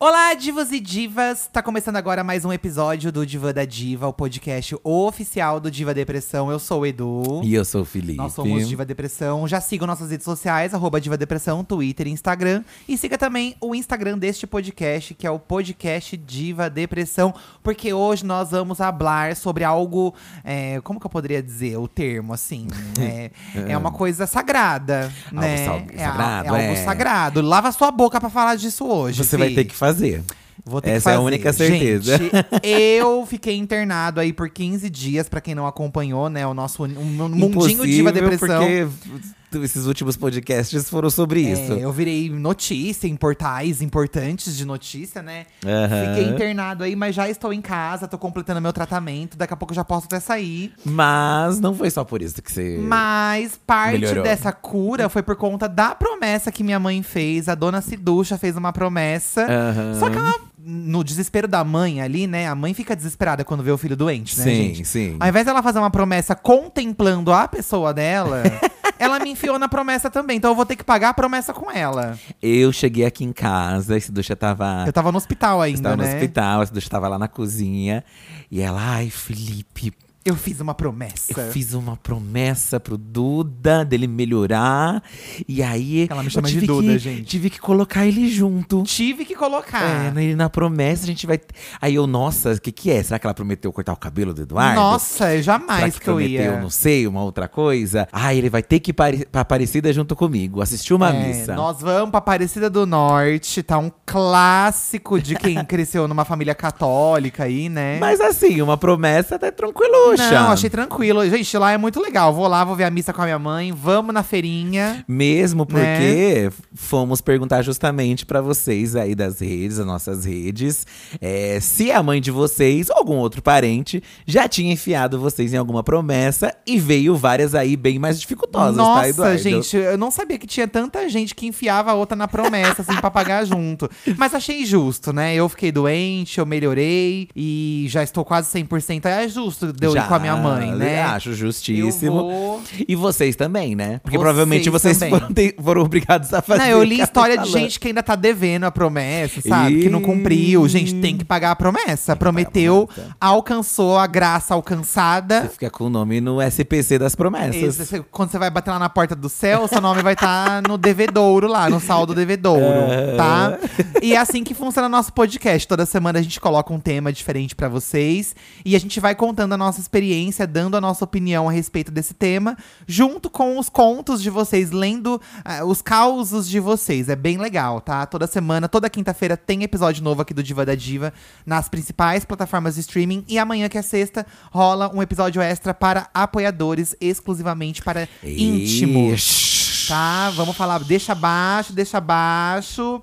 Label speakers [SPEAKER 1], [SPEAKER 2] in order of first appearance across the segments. [SPEAKER 1] Olá, divas e divas! Tá começando agora mais um episódio do Diva da Diva, o podcast oficial do Diva Depressão. Eu sou o Edu.
[SPEAKER 2] E eu sou o Felipe.
[SPEAKER 1] Nós somos Diva Depressão. Já sigam nossas redes sociais, arroba Diva Depressão, Twitter e Instagram. E siga também o Instagram deste podcast, que é o podcast Diva Depressão. Porque hoje nós vamos falar sobre algo… é, como que eu poderia dizer o termo, assim? É, é uma coisa sagrada,
[SPEAKER 2] Algo
[SPEAKER 1] né?
[SPEAKER 2] sal-
[SPEAKER 1] é, a-
[SPEAKER 2] sagrado,
[SPEAKER 1] é
[SPEAKER 2] é.
[SPEAKER 1] algo sagrado. Lava sua boca pra falar disso hoje,
[SPEAKER 2] Você vai
[SPEAKER 1] fi.
[SPEAKER 2] ter que fazer.
[SPEAKER 1] Vou ter que
[SPEAKER 2] Essa é a
[SPEAKER 1] fazer.
[SPEAKER 2] única certeza.
[SPEAKER 1] Gente, eu fiquei internado aí por 15 dias, pra quem não acompanhou, né? O nosso uni- um- um mundinho diva
[SPEAKER 2] Impossível,
[SPEAKER 1] depressão.
[SPEAKER 2] Porque tu- esses últimos podcasts foram sobre
[SPEAKER 1] É,
[SPEAKER 2] isso.
[SPEAKER 1] eu virei notícia em portais importantes de notícia, né?
[SPEAKER 2] Aham.
[SPEAKER 1] Fiquei internado aí, mas já estou em casa, tô completando meu tratamento. Daqui a pouco eu já posso até sair.
[SPEAKER 2] Mas não foi só por isso que você.
[SPEAKER 1] Mas parte
[SPEAKER 2] Melhorou.
[SPEAKER 1] dessa cura foi por conta da promessa que minha mãe fez. A dona Siducha fez uma promessa.
[SPEAKER 2] Aham.
[SPEAKER 1] Só que ela, no desespero da mãe ali, né? A mãe fica desesperada quando vê o filho doente, né,
[SPEAKER 2] sim,
[SPEAKER 1] gente?
[SPEAKER 2] sim.
[SPEAKER 1] Ao invés dela fazer uma promessa contemplando a pessoa dela, ela me enfiou na promessa também. Então eu vou ter que pagar a promessa com ela.
[SPEAKER 2] Eu cheguei aqui em casa, esse ducha tava.
[SPEAKER 1] Eu tava no hospital ainda,
[SPEAKER 2] Ah. Estava no
[SPEAKER 1] né?
[SPEAKER 2] hospital, esse ducha tava lá na cozinha. E ela, ai, Felipe,
[SPEAKER 1] Eu fiz uma promessa.
[SPEAKER 2] eu fiz uma promessa pro Duda dele melhorar. E aí.
[SPEAKER 1] Ela me
[SPEAKER 2] eu
[SPEAKER 1] chama de
[SPEAKER 2] tive
[SPEAKER 1] Duda,
[SPEAKER 2] que-
[SPEAKER 1] gente.
[SPEAKER 2] Tive que colocar ele junto.
[SPEAKER 1] Tive que
[SPEAKER 2] É,
[SPEAKER 1] colocar.
[SPEAKER 2] na- na promessa a gente vai. Aí eu, nossa, o que, que é? Será que ela prometeu cortar o cabelo do Eduardo?
[SPEAKER 1] Nossa, eu
[SPEAKER 2] Será
[SPEAKER 1] jamais
[SPEAKER 2] que,
[SPEAKER 1] que, eu
[SPEAKER 2] prometeu,
[SPEAKER 1] ia.
[SPEAKER 2] não sei, uma outra coisa? Ah, ele vai ter que ir pare- pra Aparecida junto comigo, assistir uma
[SPEAKER 1] É,
[SPEAKER 2] missa.
[SPEAKER 1] Nós vamos pra Aparecida do Norte, tá um clássico de quem cresceu numa família católica aí, né?
[SPEAKER 2] Mas assim, uma promessa até tranquiluxa.
[SPEAKER 1] Não, achei tranquilo. Gente, lá é muito legal. Vou lá, vou ver a missa com a minha mãe, vamos na feirinha. né?
[SPEAKER 2] Mesmo porque fomos perguntar justamente pra vocês aí das redes, as nossas redes, é, se a mãe de vocês ou algum outro parente já tinha enfiado vocês em alguma promessa e veio várias aí bem mais dificultosas, tá,
[SPEAKER 1] Nossa,
[SPEAKER 2] Eduardo?
[SPEAKER 1] gente, eu não sabia que tinha tanta gente que enfiava a outra na promessa, assim, pra pagar junto. Mas achei justo, né? Eu fiquei doente, eu melhorei e já estou quase 100%. Aí É justo de eu
[SPEAKER 2] Já,
[SPEAKER 1] ir com a minha mãe, né?
[SPEAKER 2] Acho
[SPEAKER 1] Eu
[SPEAKER 2] justíssimo.
[SPEAKER 1] vou…
[SPEAKER 2] E vocês também, né? Porque
[SPEAKER 1] Vocês
[SPEAKER 2] provavelmente vocês
[SPEAKER 1] também.
[SPEAKER 2] foram, te- foram obrigados a fazer.
[SPEAKER 1] Não, eu li
[SPEAKER 2] cada
[SPEAKER 1] história de
[SPEAKER 2] falando.
[SPEAKER 1] gente que ainda tá devendo a promessa, sabe? Que não cumpriu. Gente, tem que pagar a promessa. Prometeu,
[SPEAKER 2] promessa.
[SPEAKER 1] alcançou a graça alcançada.
[SPEAKER 2] Você fica com o nome no SPC das promessas.
[SPEAKER 1] Esse- esse- quando você vai bater lá na porta do céu, seu nome vai estar no devedouro lá, no saldo devedouro,
[SPEAKER 2] É.
[SPEAKER 1] tá? E é assim que funciona nosso podcast. Toda semana a gente coloca um tema diferente pra vocês e a gente vai contando a nossa experiência, dando a nossa opinião a respeito desse tema, junto com os contos de vocês, lendo ah, os causos de vocês. É bem legal, tá? Toda semana, toda quinta-feira tem episódio novo aqui do Diva da Diva nas principais plataformas de streaming e amanhã que é sexta rola um episódio extra para apoiadores exclusivamente para íntimos.
[SPEAKER 2] Ixi.
[SPEAKER 1] Tá, vamos falar. Deixa abaixo, deixa abaixo.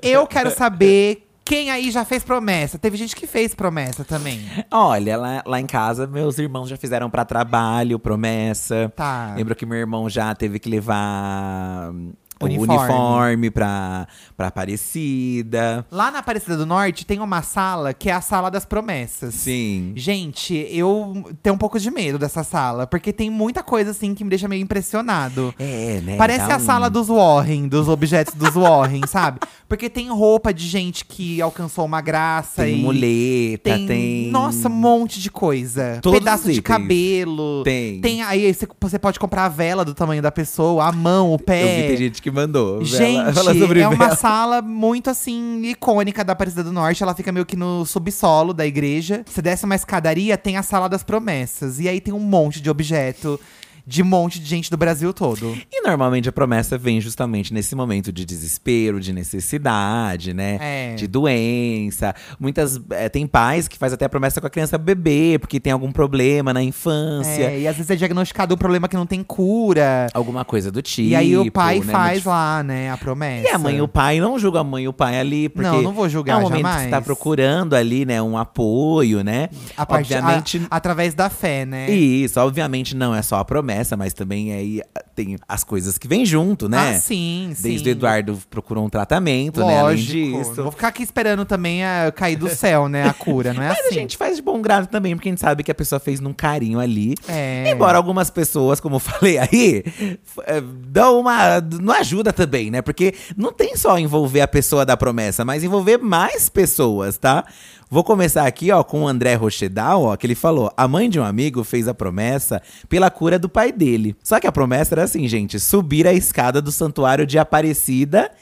[SPEAKER 1] Eu quero saber quem aí já fez promessa. Teve gente que fez promessa também.
[SPEAKER 2] Olha, lá, lá em casa, meus irmãos já fizeram pra trabalho, promessa.
[SPEAKER 1] Tá.
[SPEAKER 2] Lembro que meu irmão já teve que levar hum, o
[SPEAKER 1] Uniforme.
[SPEAKER 2] uniforme pra, pra Aparecida.
[SPEAKER 1] Lá na Aparecida do Norte tem uma sala que é a sala das promessas.
[SPEAKER 2] Sim.
[SPEAKER 1] Gente, eu tenho um pouco de medo dessa sala, porque tem muita coisa assim que me deixa meio impressionado.
[SPEAKER 2] É, né?
[SPEAKER 1] Parece
[SPEAKER 2] dá
[SPEAKER 1] a sala dos Warren, dos objetos dos Warren, sabe? Porque tem roupa de gente que alcançou uma graça
[SPEAKER 2] Tem
[SPEAKER 1] e
[SPEAKER 2] muleta, tem.
[SPEAKER 1] nossa, um monte de coisa.
[SPEAKER 2] Todos
[SPEAKER 1] Pedaço
[SPEAKER 2] os
[SPEAKER 1] de
[SPEAKER 2] itens.
[SPEAKER 1] cabelo.
[SPEAKER 2] Tem.
[SPEAKER 1] Tem aí você, você pode comprar a vela do tamanho da pessoa, a mão, o
[SPEAKER 2] Eu vi,
[SPEAKER 1] pé.
[SPEAKER 2] tem gente que mandou. vela-
[SPEAKER 1] É. Gente,
[SPEAKER 2] fala sobre
[SPEAKER 1] é uma
[SPEAKER 2] vela.
[SPEAKER 1] sala muito assim, icônica da Aparecida do Norte. Ela fica meio que no subsolo da igreja. Você desce uma escadaria, tem a sala das promessas. E aí tem um monte de objeto, de um monte de gente do Brasil todo.
[SPEAKER 2] E normalmente a promessa vem justamente nesse momento de desespero, de necessidade, né?
[SPEAKER 1] É.
[SPEAKER 2] De doença. Muitas. eh, tem pais que faz até a promessa com a criança beber, porque tem algum problema na infância.
[SPEAKER 1] É, e às vezes é diagnosticado um problema que não tem cura.
[SPEAKER 2] Alguma coisa do tipo.
[SPEAKER 1] e aí o pai
[SPEAKER 2] né?
[SPEAKER 1] faz
[SPEAKER 2] Muito-
[SPEAKER 1] lá, né, a promessa.
[SPEAKER 2] E a mãe e o pai, não julga a mãe e o pai ali, porque.
[SPEAKER 1] Não, não vou julgar,
[SPEAKER 2] É um momento que
[SPEAKER 1] jamais.
[SPEAKER 2] você tá procurando ali, né? Um apoio, né?
[SPEAKER 1] a partir,
[SPEAKER 2] Obviamente.
[SPEAKER 1] a- através da fé, né?
[SPEAKER 2] Isso, obviamente não é só a começa, mas também aí tem as coisas que vêm junto,
[SPEAKER 1] Ah,
[SPEAKER 2] né?
[SPEAKER 1] sim, sim.
[SPEAKER 2] Desde o Eduardo procurou um tratamento, né? Além
[SPEAKER 1] Lógico.
[SPEAKER 2] disso.
[SPEAKER 1] Não Vou ficar aqui esperando também a cair do céu, né? A cura, não é
[SPEAKER 2] Mas
[SPEAKER 1] assim.
[SPEAKER 2] a gente faz de bom grado também, porque a gente sabe que a pessoa fez num carinho ali.
[SPEAKER 1] É.
[SPEAKER 2] Embora algumas pessoas, como eu falei aí, f- eh, dão uma. não ajuda também, né? Porque não tem só envolver a pessoa da promessa, mas envolver mais pessoas, tá? Vou começar aqui, ó, com o André Rochedal, ó, que ele falou: a mãe de um amigo fez a promessa pela cura do pai dele. Só que a promessa era assim, gente: subir a escada do santuário de Aparecida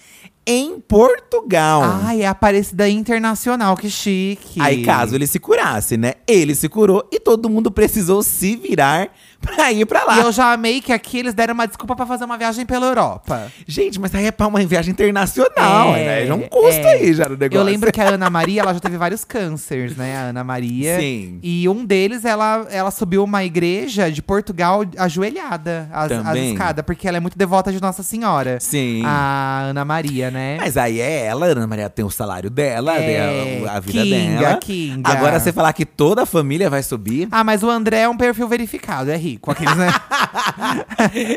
[SPEAKER 2] em Portugal.
[SPEAKER 1] Ai, é a parecida internacional, que chique.
[SPEAKER 2] Aí, caso ele se curasse, né? Ele se curou e todo mundo precisou se virar pra ir pra lá.
[SPEAKER 1] E eu já amei que aqui eles deram uma desculpa pra fazer uma viagem pela Europa.
[SPEAKER 2] Gente, mas aí é pra uma viagem internacional,
[SPEAKER 1] É,
[SPEAKER 2] né? Já é um custo
[SPEAKER 1] é.
[SPEAKER 2] aí já no negócio.
[SPEAKER 1] Eu lembro que a Ana Maria, ela já teve vários cânceres, né? A Ana Maria.
[SPEAKER 2] Sim.
[SPEAKER 1] E um deles, ela, ela subiu uma igreja de Portugal ajoelhada, as, as
[SPEAKER 2] Também.
[SPEAKER 1] escadas, porque ela é muito devota de Nossa Senhora.
[SPEAKER 2] Sim.
[SPEAKER 1] A Ana Maria, né?
[SPEAKER 2] Mas aí é ela, Ana Maria tem o salário dela,
[SPEAKER 1] É,
[SPEAKER 2] né, a, a vida
[SPEAKER 1] Kinga,
[SPEAKER 2] dela.
[SPEAKER 1] Kinga.
[SPEAKER 2] Agora você falar que toda a família vai subir.
[SPEAKER 1] Ah, mas o André é um perfil verificado, é rico. Aqueles, né?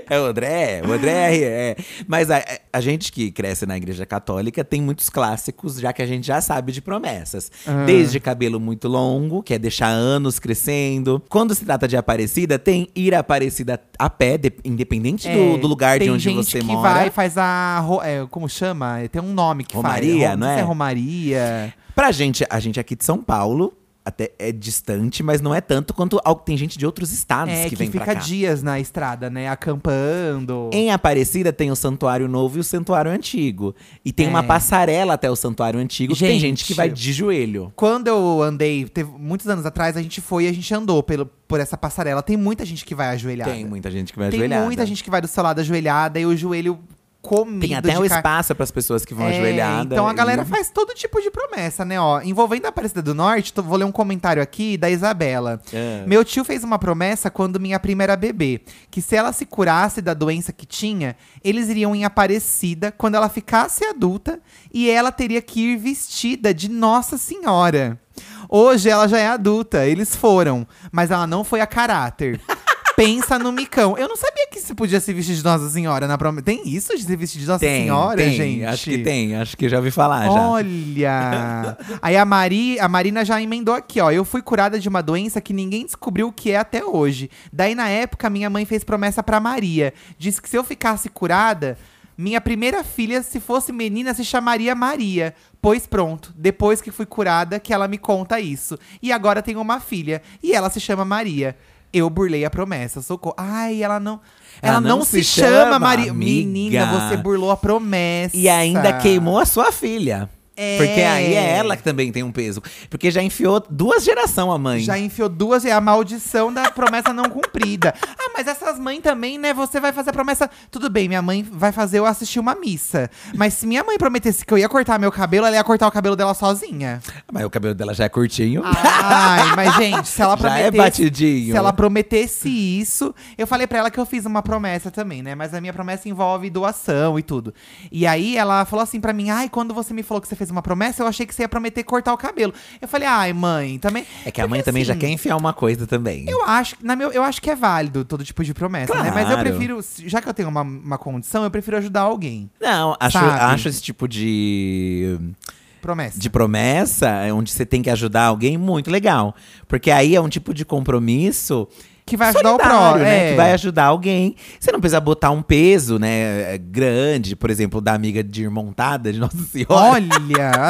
[SPEAKER 2] É o André, o André é. Mas a, a gente que cresce na igreja católica tem muitos clássicos, já que a gente já sabe de promessas. Desde cabelo muito longo, que é deixar anos crescendo. Quando se trata de Aparecida, tem ir à Aparecida a pé, de- independente do,
[SPEAKER 1] É,
[SPEAKER 2] do lugar de
[SPEAKER 1] tem
[SPEAKER 2] onde
[SPEAKER 1] gente
[SPEAKER 2] você
[SPEAKER 1] que
[SPEAKER 2] mora.
[SPEAKER 1] vai e faz a. ro- é, como chama? Tem um nome que
[SPEAKER 2] Romaria,
[SPEAKER 1] faz. Ro-
[SPEAKER 2] não
[SPEAKER 1] sei se
[SPEAKER 2] é?
[SPEAKER 1] Romaria.
[SPEAKER 2] Pra gente, a gente aqui de São Paulo. Até é distante, mas não é tanto quanto ao- tem gente de outros estados
[SPEAKER 1] É,
[SPEAKER 2] que,
[SPEAKER 1] que,
[SPEAKER 2] vem pra
[SPEAKER 1] fica
[SPEAKER 2] cá.
[SPEAKER 1] dias na estrada, né? Acampando.
[SPEAKER 2] Em Aparecida tem o Santuário Novo e o Santuário Antigo. E tem uma
[SPEAKER 1] É.
[SPEAKER 2] passarela até o Santuário Antigo, que tem
[SPEAKER 1] Gente.
[SPEAKER 2] gente que vai de joelho.
[SPEAKER 1] Quando eu andei, teve muitos anos atrás, a gente foi e a gente andou pelo, por essa passarela. Tem muita gente que vai ajoelhada.
[SPEAKER 2] Tem muita gente que vai
[SPEAKER 1] Tem
[SPEAKER 2] ajoelhada.
[SPEAKER 1] muita gente que vai do seu lado ajoelhada e o joelho comido
[SPEAKER 2] Tem até
[SPEAKER 1] de
[SPEAKER 2] o
[SPEAKER 1] car-
[SPEAKER 2] espaço para as pessoas que vão
[SPEAKER 1] É,
[SPEAKER 2] ajoelhada.
[SPEAKER 1] Então a galera
[SPEAKER 2] E-
[SPEAKER 1] faz todo tipo de promessa, né? Ó, envolvendo a Aparecida do Norte, tô- vou ler um comentário aqui da Isabela.
[SPEAKER 2] É.
[SPEAKER 1] Meu tio fez uma promessa quando minha prima era bebê, que se ela se curasse da doença que tinha, eles iriam em Aparecida quando ela ficasse adulta e ela teria que ir vestida de Nossa Senhora. Hoje ela já é adulta, eles foram, mas ela não foi a caráter. Pensa no micão. Eu não sabia que se podia se vestir de Nossa Senhora na promessa. Tem isso de se vestir de Nossa
[SPEAKER 2] Tem,
[SPEAKER 1] Senhora,
[SPEAKER 2] tem,
[SPEAKER 1] gente?
[SPEAKER 2] Acho que tem, acho que já ouvi falar já.
[SPEAKER 1] Olha! Aí a, Mari, a Marina já emendou aqui, ó. Eu fui curada de uma doença que ninguém descobriu o que é até hoje. Daí, na época, minha mãe fez promessa pra Maria. Disse que se eu ficasse curada, minha primeira filha, se fosse menina, se chamaria Maria. Pois pronto, depois que fui curada, que ela me conta isso. E agora tenho uma filha, e ela se chama Maria. Eu burlei a promessa, socorro. Ai, ela não. Ela, não, se, chama, Maria.
[SPEAKER 2] amiga.
[SPEAKER 1] Menina, você burlou a promessa.
[SPEAKER 2] E ainda queimou a sua filha.
[SPEAKER 1] É.
[SPEAKER 2] Porque aí é ela que também tem um peso. Porque já enfiou duas gerações a mãe.
[SPEAKER 1] Já enfiou duas, é a maldição da promessa não cumprida. Ah, mas essas mães também, né? Você vai fazer a promessa. Tudo bem, minha mãe vai fazer eu assistir uma missa. Mas se minha mãe prometesse que eu ia cortar meu cabelo, ela ia cortar o cabelo dela sozinha.
[SPEAKER 2] Ah, Mas o cabelo dela já é curtinho.
[SPEAKER 1] Ai, mas gente, se ela
[SPEAKER 2] já é
[SPEAKER 1] prometesse.
[SPEAKER 2] batidinho.
[SPEAKER 1] se ela prometesse isso, eu falei pra ela que eu fiz uma promessa também, né? Mas a minha promessa envolve doação e tudo. E aí ela falou assim pra mim: "Ai, quando você me falou que você fez uma promessa, eu achei que você ia prometer cortar o cabelo". Eu falei: "Ai, mãe, também
[SPEAKER 2] É que a mãe
[SPEAKER 1] Porque
[SPEAKER 2] também já
[SPEAKER 1] assim,
[SPEAKER 2] quer enfiar uma coisa também.
[SPEAKER 1] Eu acho, na meu, eu acho que é válido todo tipo de promessa, né? Mas eu
[SPEAKER 2] Claro.
[SPEAKER 1] prefiro, já que eu tenho uma, uma condição, eu prefiro ajudar alguém.
[SPEAKER 2] Não, acho,
[SPEAKER 1] Sabe?
[SPEAKER 2] acho esse tipo de,
[SPEAKER 1] Promessa.
[SPEAKER 2] de promessa, é, onde você tem que ajudar alguém, muito legal. Porque aí é um tipo de compromisso.
[SPEAKER 1] Que vai ajudar o
[SPEAKER 2] solidário,
[SPEAKER 1] próximo,
[SPEAKER 2] né?
[SPEAKER 1] é.
[SPEAKER 2] Que vai ajudar alguém. Você não precisa botar um peso, né? Grande, por exemplo, da amiga de ir montada de Nossa Senhora.
[SPEAKER 1] Olha,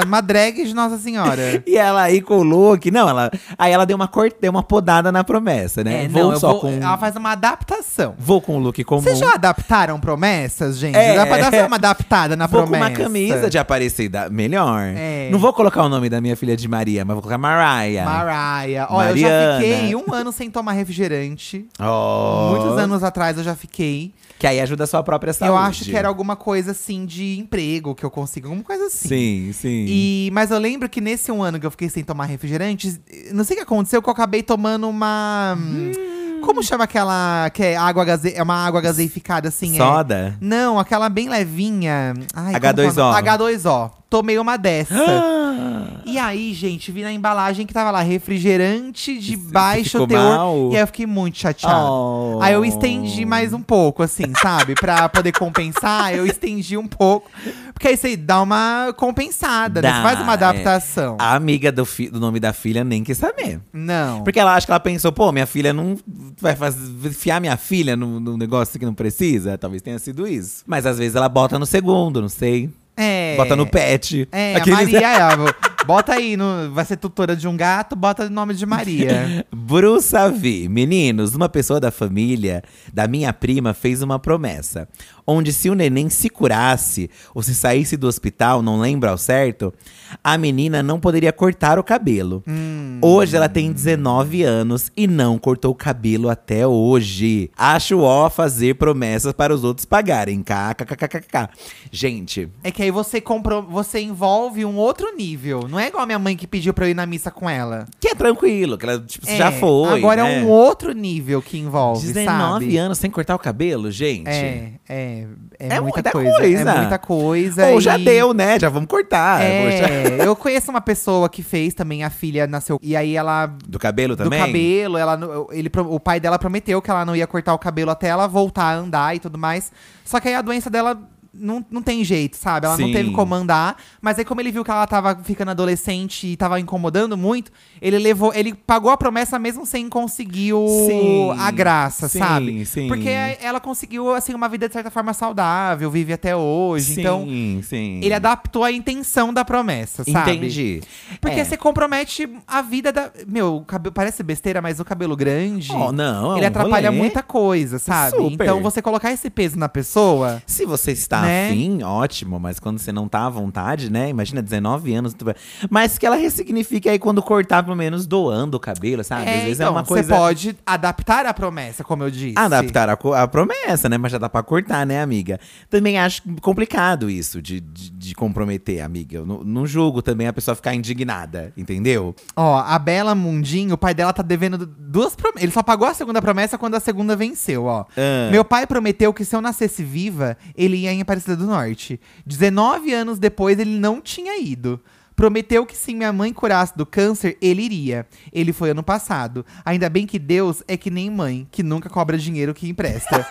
[SPEAKER 1] uma drag de Nossa Senhora.
[SPEAKER 2] E ela aí com o look. Não, ela. Aí ela deu uma corte, deu uma podada na promessa, né?
[SPEAKER 1] É,
[SPEAKER 2] vou
[SPEAKER 1] não, eu
[SPEAKER 2] só
[SPEAKER 1] vou-
[SPEAKER 2] com.
[SPEAKER 1] Ela faz uma adaptação.
[SPEAKER 2] Vou com o look comum.
[SPEAKER 1] Vocês já adaptaram promessas, gente?
[SPEAKER 2] É.
[SPEAKER 1] Dá pra dar só uma adaptada na
[SPEAKER 2] Vou
[SPEAKER 1] promessa.
[SPEAKER 2] com uma camisa de Aparecida, melhor.
[SPEAKER 1] É.
[SPEAKER 2] Não vou colocar o nome da minha filha de Maria, mas vou colocar Mariah. né?
[SPEAKER 1] Mariah. Olha, eu já
[SPEAKER 2] Mariana.
[SPEAKER 1] fiquei um ano sem tomar refrigerante.
[SPEAKER 2] Ó.
[SPEAKER 1] Muitos anos atrás eu já fiquei.
[SPEAKER 2] Que aí ajuda a sua própria saúde.
[SPEAKER 1] Eu acho que era alguma coisa assim de emprego que eu consigo, alguma coisa assim.
[SPEAKER 2] Sim, sim.
[SPEAKER 1] E, mas eu lembro que nesse um ano que eu fiquei sem tomar refrigerante, não sei o que aconteceu, que eu acabei tomando uma.
[SPEAKER 2] Hum.
[SPEAKER 1] Como chama aquela. que é água gaze, É uma água gaseificada assim? é?
[SPEAKER 2] Soda?
[SPEAKER 1] Não, aquela bem levinha. Ai, como que é o
[SPEAKER 2] H2O.
[SPEAKER 1] nome? H2O. Tomei uma dessa. E aí, gente, vi na embalagem que tava lá refrigerante de
[SPEAKER 2] E você
[SPEAKER 1] baixo
[SPEAKER 2] ficou
[SPEAKER 1] teor.
[SPEAKER 2] mal?
[SPEAKER 1] E aí eu fiquei muito chateada.
[SPEAKER 2] Oh.
[SPEAKER 1] Aí eu estendi mais um pouco, assim, sabe? Pra poder compensar, eu estendi um pouco. Porque aí você dá uma compensada, né?
[SPEAKER 2] Dá,
[SPEAKER 1] Você faz uma
[SPEAKER 2] é.
[SPEAKER 1] adaptação.
[SPEAKER 2] A amiga do, fi- do nome da filha nem quis saber.
[SPEAKER 1] Não.
[SPEAKER 2] Porque ela acha que ela pensou, pô, minha filha não vai fazer, enfiar minha filha num, num negócio que não precisa. Talvez tenha sido isso. Mas às vezes ela bota no segundo, não sei.
[SPEAKER 1] É.
[SPEAKER 2] Bota no pet.
[SPEAKER 1] É, a
[SPEAKER 2] Aqueles-
[SPEAKER 1] Maria é. a- Bota aí, no, vai ser tutora de um gato, bota o nome de Maria.
[SPEAKER 2] Bruce V. Meninos, uma pessoa da família da minha prima fez uma promessa. Onde se o neném se curasse, ou se saísse do hospital, não lembro ao certo, a menina não poderia cortar o cabelo.
[SPEAKER 1] Hum.
[SPEAKER 2] Hoje ela tem 19 anos e não cortou o cabelo até hoje. Acho ó fazer promessas para os outros pagarem. KKKKK. Gente,
[SPEAKER 1] É que aí você comprou, você envolve um outro nível. Não é igual a minha mãe que pediu pra eu ir na missa com ela.
[SPEAKER 2] que é tranquilo, que ela tipo,
[SPEAKER 1] É,
[SPEAKER 2] já foi.
[SPEAKER 1] Agora
[SPEAKER 2] né?
[SPEAKER 1] é um outro nível que envolve,
[SPEAKER 2] 19
[SPEAKER 1] sabe?
[SPEAKER 2] anos sem cortar o cabelo, gente.
[SPEAKER 1] É, é, é, muita
[SPEAKER 2] É muita
[SPEAKER 1] coisa, É
[SPEAKER 2] coisa.
[SPEAKER 1] muita coisa.
[SPEAKER 2] Ou já
[SPEAKER 1] e-
[SPEAKER 2] deu, né? Já vamos cortar. Poxa.
[SPEAKER 1] É, eu conheço uma pessoa que fez também, a filha nasceu. E aí ela.
[SPEAKER 2] Do cabelo também?
[SPEAKER 1] Do cabelo, ela, não- ele, pro- o pai dela prometeu que ela não ia cortar o cabelo até ela voltar a andar e tudo mais. Só que aí a doença dela. Não, não tem jeito, sabe? Ela não
[SPEAKER 2] Sim.
[SPEAKER 1] teve como andar. Mas aí, como ele viu que ela tava ficando adolescente e tava incomodando muito, ele levou. Ele pagou a promessa mesmo sem conseguir o-
[SPEAKER 2] Sim,
[SPEAKER 1] a graça,
[SPEAKER 2] sim,
[SPEAKER 1] sabe?
[SPEAKER 2] sim.
[SPEAKER 1] Porque é ela conseguiu, assim, uma vida de certa forma saudável, vive até hoje.
[SPEAKER 2] Sim,
[SPEAKER 1] Então,
[SPEAKER 2] sim.
[SPEAKER 1] ele adaptou a intenção da promessa, sabe?
[SPEAKER 2] Entendi.
[SPEAKER 1] Porque
[SPEAKER 2] É.
[SPEAKER 1] você compromete a vida da. Meu, o cabelo, parece besteira, mas o cabelo grande.
[SPEAKER 2] Oh, não, é
[SPEAKER 1] ele
[SPEAKER 2] um
[SPEAKER 1] atrapalha
[SPEAKER 2] rolê.
[SPEAKER 1] muita coisa, sabe?
[SPEAKER 2] Super.
[SPEAKER 1] Então você colocar esse peso na pessoa.
[SPEAKER 2] Se você está
[SPEAKER 1] Né?
[SPEAKER 2] afim, ótimo, mas quando você não tá à vontade, né? Imagina 19 anos. tu vai- Mas que ela ressignifique aí quando cortar, pelo menos doando o cabelo, sabe? Às vezes
[SPEAKER 1] então,
[SPEAKER 2] é uma coisa.
[SPEAKER 1] Você pode adaptar a promessa, como eu disse.
[SPEAKER 2] Adaptar a, co- a promessa, né? Mas já dá pra cortar, né, amiga? Também acho complicado isso de, de, de comprometer, amiga. Eu não, não julgo também a pessoa ficar indignada, entendeu?
[SPEAKER 1] Ó, a Bela Mundinho, o pai dela tá devendo du- duas promessas. Ele só pagou a segunda promessa quando a segunda venceu, ó.
[SPEAKER 2] Ah.
[SPEAKER 1] Meu pai prometeu que se eu nascesse viva, ele ia em Aparecida do Norte. 19 anos depois, ele não tinha ido. Prometeu que se minha mãe curasse do câncer, ele iria. Ele foi ano passado. Ainda bem que Deus é que nem mãe, que nunca cobra dinheiro que empresta.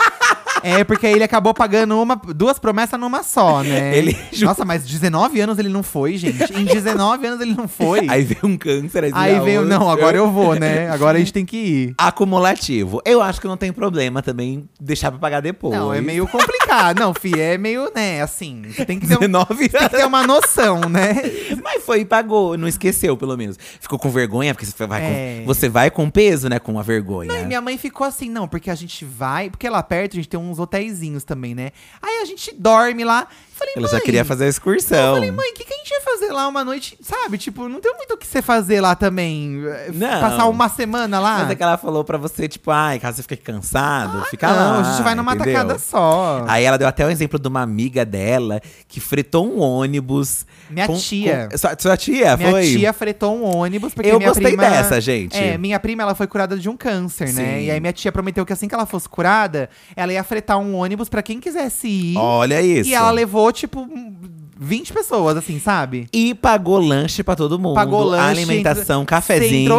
[SPEAKER 1] É, porque ele acabou pagando uma, duas promessas numa só, né?
[SPEAKER 2] Ele-
[SPEAKER 1] Nossa, mas 19 anos ele não foi, gente. Em 19 anos ele não foi.
[SPEAKER 2] Aí veio um câncer, aí,
[SPEAKER 1] Aí
[SPEAKER 2] veio
[SPEAKER 1] veio,
[SPEAKER 2] outro.
[SPEAKER 1] não, agora eu vou, né? Agora a gente tem que ir.
[SPEAKER 2] Acumulativo. Eu acho que não tem problema também deixar pra pagar depois.
[SPEAKER 1] Não, é meio complicado. não, fi, é meio, né, assim, você tem que ter, um-
[SPEAKER 2] 19
[SPEAKER 1] tem que ter uma noção, né?
[SPEAKER 2] anos. Mas foi e pagou, não esqueceu, pelo menos. Ficou com vergonha, porque você vai,
[SPEAKER 1] É.
[SPEAKER 2] com, você vai com peso, né? Com a vergonha.
[SPEAKER 1] Não, e minha mãe ficou assim, não, porque a gente vai, porque lá perto a gente tem uns hotéizinhos também, né? Aí a gente dorme lá. Falei,
[SPEAKER 2] Ela
[SPEAKER 1] mãe,
[SPEAKER 2] já queria fazer um." a excursão.
[SPEAKER 1] falei, mãe, o que, que a gente vai fazer lá uma noite, sabe? Tipo, não tem muito o que você fazer lá também. eh,
[SPEAKER 2] Não.
[SPEAKER 1] Passar uma semana lá.
[SPEAKER 2] Mas é que ela falou pra você, tipo, ai, caso você fique cansado, fica
[SPEAKER 1] Ah, não,
[SPEAKER 2] lá.
[SPEAKER 1] a gente vai numa
[SPEAKER 2] entendeu?
[SPEAKER 1] tacada só.
[SPEAKER 2] Aí ela deu até o exemplo de uma amiga dela que fretou um ônibus.
[SPEAKER 1] Minha tia.
[SPEAKER 2] com- sua, sua tia,
[SPEAKER 1] Minha
[SPEAKER 2] foi?
[SPEAKER 1] tia fretou um ônibus, porque
[SPEAKER 2] Eu
[SPEAKER 1] minha
[SPEAKER 2] gostei
[SPEAKER 1] prima…
[SPEAKER 2] dessa, gente.
[SPEAKER 1] É, minha prima, ela foi curada de um câncer, né?
[SPEAKER 2] Sim.
[SPEAKER 1] E aí minha tia prometeu que assim que ela fosse curada, ela ia fretar um ônibus pra quem quisesse ir.
[SPEAKER 2] Olha isso.
[SPEAKER 1] E ela levou, tipo, um- 20 pessoas, assim, sabe?
[SPEAKER 2] E pagou lanche pra todo mundo.
[SPEAKER 1] Pagou lanche,
[SPEAKER 2] Alimentação,
[SPEAKER 1] Você entrou-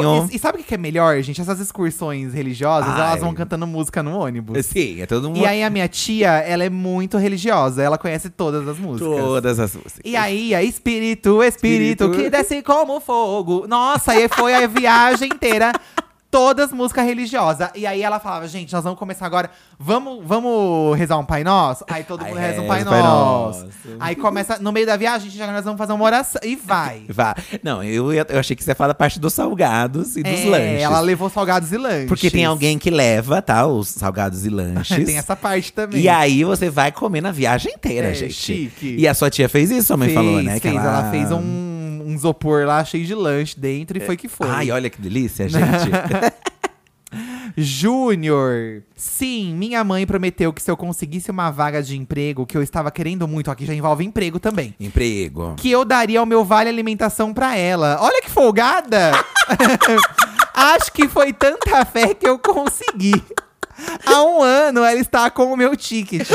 [SPEAKER 2] cafezinho.
[SPEAKER 1] e, e sabe o que que é melhor, gente? Essas excursões religiosas,
[SPEAKER 2] Ai.
[SPEAKER 1] elas vão cantando música no ônibus.
[SPEAKER 2] Sim, é todo mundo.
[SPEAKER 1] E aí a minha tia, ela é muito religiosa, ela conhece todas as músicas.
[SPEAKER 2] todas as músicas.
[SPEAKER 1] E aí, a espírito, espírito,
[SPEAKER 2] Espírito.
[SPEAKER 1] que desce como fogo. Nossa, aí foi a viagem inteira. Todas músicas religiosas. E aí ela falava, gente, nós vamos começar agora. Vamos, vamos rezar um Pai Nosso? Aí todo
[SPEAKER 2] Aí
[SPEAKER 1] mundo reza um
[SPEAKER 2] reza
[SPEAKER 1] Pai
[SPEAKER 2] o é, Pai
[SPEAKER 1] Nosso.
[SPEAKER 2] Nosso.
[SPEAKER 1] Aí começa, no meio da viagem, gente, agora nós vamos fazer uma oração. E vai.
[SPEAKER 2] Vá. Não, eu, ia- eu achei que você ia falar da parte dos salgados e dos
[SPEAKER 1] É,
[SPEAKER 2] lanches.
[SPEAKER 1] Ela levou salgados e lanches.
[SPEAKER 2] Porque tem alguém que leva, tá? Os salgados e lanches.
[SPEAKER 1] Tem essa parte também.
[SPEAKER 2] E aí você vai comer na viagem inteira,
[SPEAKER 1] É,
[SPEAKER 2] gente.
[SPEAKER 1] chique.
[SPEAKER 2] E a sua tia fez isso, sua mãe
[SPEAKER 1] fez,
[SPEAKER 2] falou, né?
[SPEAKER 1] Fez, ela... fez um, um isopor lá cheio de lanche dentro e foi que foi.
[SPEAKER 2] É. Ai, olha que delícia, gente.
[SPEAKER 1] Júnior! Sim, minha mãe prometeu que se eu conseguisse uma vaga de emprego que eu estava querendo muito, aqui já envolve emprego também,
[SPEAKER 2] Emprego.
[SPEAKER 1] que eu daria o meu vale alimentação pra ela. Olha que folgada! Acho que foi tanta fé que eu consegui. Há um ano ela está com o meu ticket.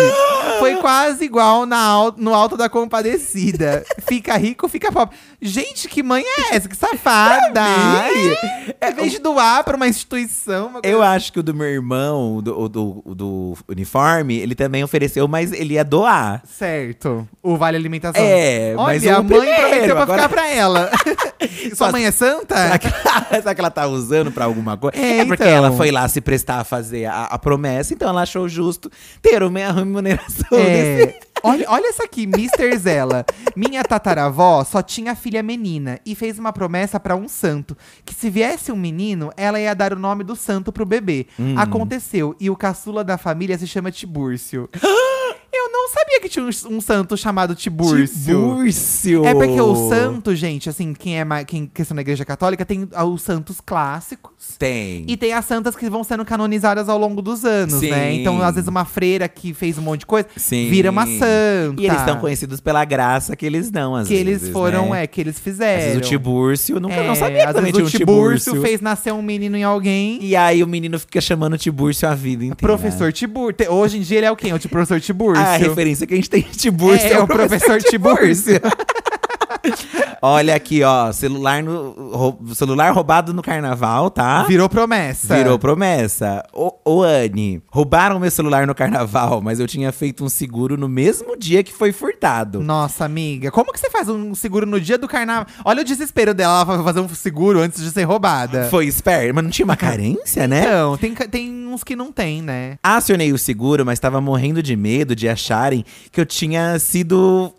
[SPEAKER 1] Foi quase igual na al- no Alto da Compadecida. Fica rico, fica pobre. Gente, que mãe é essa? Que safada! Ai, Em vez de doar pra uma instituição, uma
[SPEAKER 2] Eu acho que o do meu irmão, o do, o do- o do uniforme, ele também ofereceu, mas ele ia doar.
[SPEAKER 1] Certo. O Vale Alimentação.
[SPEAKER 2] É,
[SPEAKER 1] Olha,
[SPEAKER 2] mas é o
[SPEAKER 1] a mãe
[SPEAKER 2] primeiro,
[SPEAKER 1] prometeu pra
[SPEAKER 2] agora-
[SPEAKER 1] ficar pra ela. Sua mãe é santa?
[SPEAKER 2] Será que, será que ela tá usando pra alguma coisa?
[SPEAKER 1] É,
[SPEAKER 2] porque
[SPEAKER 1] então.
[SPEAKER 2] ela foi lá se prestar a fazer a, a promessa, então ela achou justo ter uma remuneração
[SPEAKER 1] É.
[SPEAKER 2] desse.
[SPEAKER 1] Olha, olha essa aqui, Mr. Zela. Minha tataravó só tinha filha menina e fez uma promessa pra um santo que se viesse um menino, ela ia dar o nome do santo pro bebê.
[SPEAKER 2] Hum.
[SPEAKER 1] Aconteceu e o caçula da família se chama Tibúrcio. Eu não sabia que tinha um, um santo chamado Tibúrcio.
[SPEAKER 2] Búrcio.
[SPEAKER 1] É porque o santo, gente, assim, quem é mais, quem questão da igreja católica tem ah, os santos clássicos.
[SPEAKER 2] Tem.
[SPEAKER 1] E tem as santas que vão sendo canonizadas ao longo dos anos,
[SPEAKER 2] Sim.
[SPEAKER 1] né? Então, às vezes, uma freira que fez um monte de coisa
[SPEAKER 2] Sim.
[SPEAKER 1] vira uma santa.
[SPEAKER 2] E eles estão conhecidos pela graça que eles dão, às
[SPEAKER 1] tá. Que
[SPEAKER 2] vezes.
[SPEAKER 1] eles foram,
[SPEAKER 2] né?
[SPEAKER 1] é, que eles
[SPEAKER 2] Às vezes
[SPEAKER 1] fizeram.
[SPEAKER 2] o Tibúrcio, eu nunca
[SPEAKER 1] É,
[SPEAKER 2] não sabia que
[SPEAKER 1] às
[SPEAKER 2] também
[SPEAKER 1] vezes
[SPEAKER 2] tinha um
[SPEAKER 1] o Tibúrcio,
[SPEAKER 2] Tibúrcio. né?
[SPEAKER 1] fez nascer um menino em alguém.
[SPEAKER 2] E aí o menino fica chamando o Tibúrcio a vida inteira.
[SPEAKER 1] Professor Tibúrcio. Te- Hoje em dia ele é o quem? É o ti- professor Tibúrcio.
[SPEAKER 2] A referência que a gente tem de Tibúrcio
[SPEAKER 1] É, é o professor Tibúrcio.
[SPEAKER 2] Olha aqui, ó, celular, no, rou- celular roubado no carnaval, tá?
[SPEAKER 1] Virou promessa.
[SPEAKER 2] Virou promessa. Ô, ô, Anne, roubaram meu celular no carnaval, mas eu tinha feito um seguro no mesmo dia que foi furtado.
[SPEAKER 1] Nossa, amiga, como que você faz um seguro no dia do carnaval? Olha o desespero dela, ela vai fazer um seguro antes de ser roubada.
[SPEAKER 2] Foi esperto, mas não tinha uma carência, né?
[SPEAKER 1] Então, tem, ca- tem uns que não tem, né?
[SPEAKER 2] Acionei o seguro, mas estava morrendo de medo de acharem que eu tinha sido.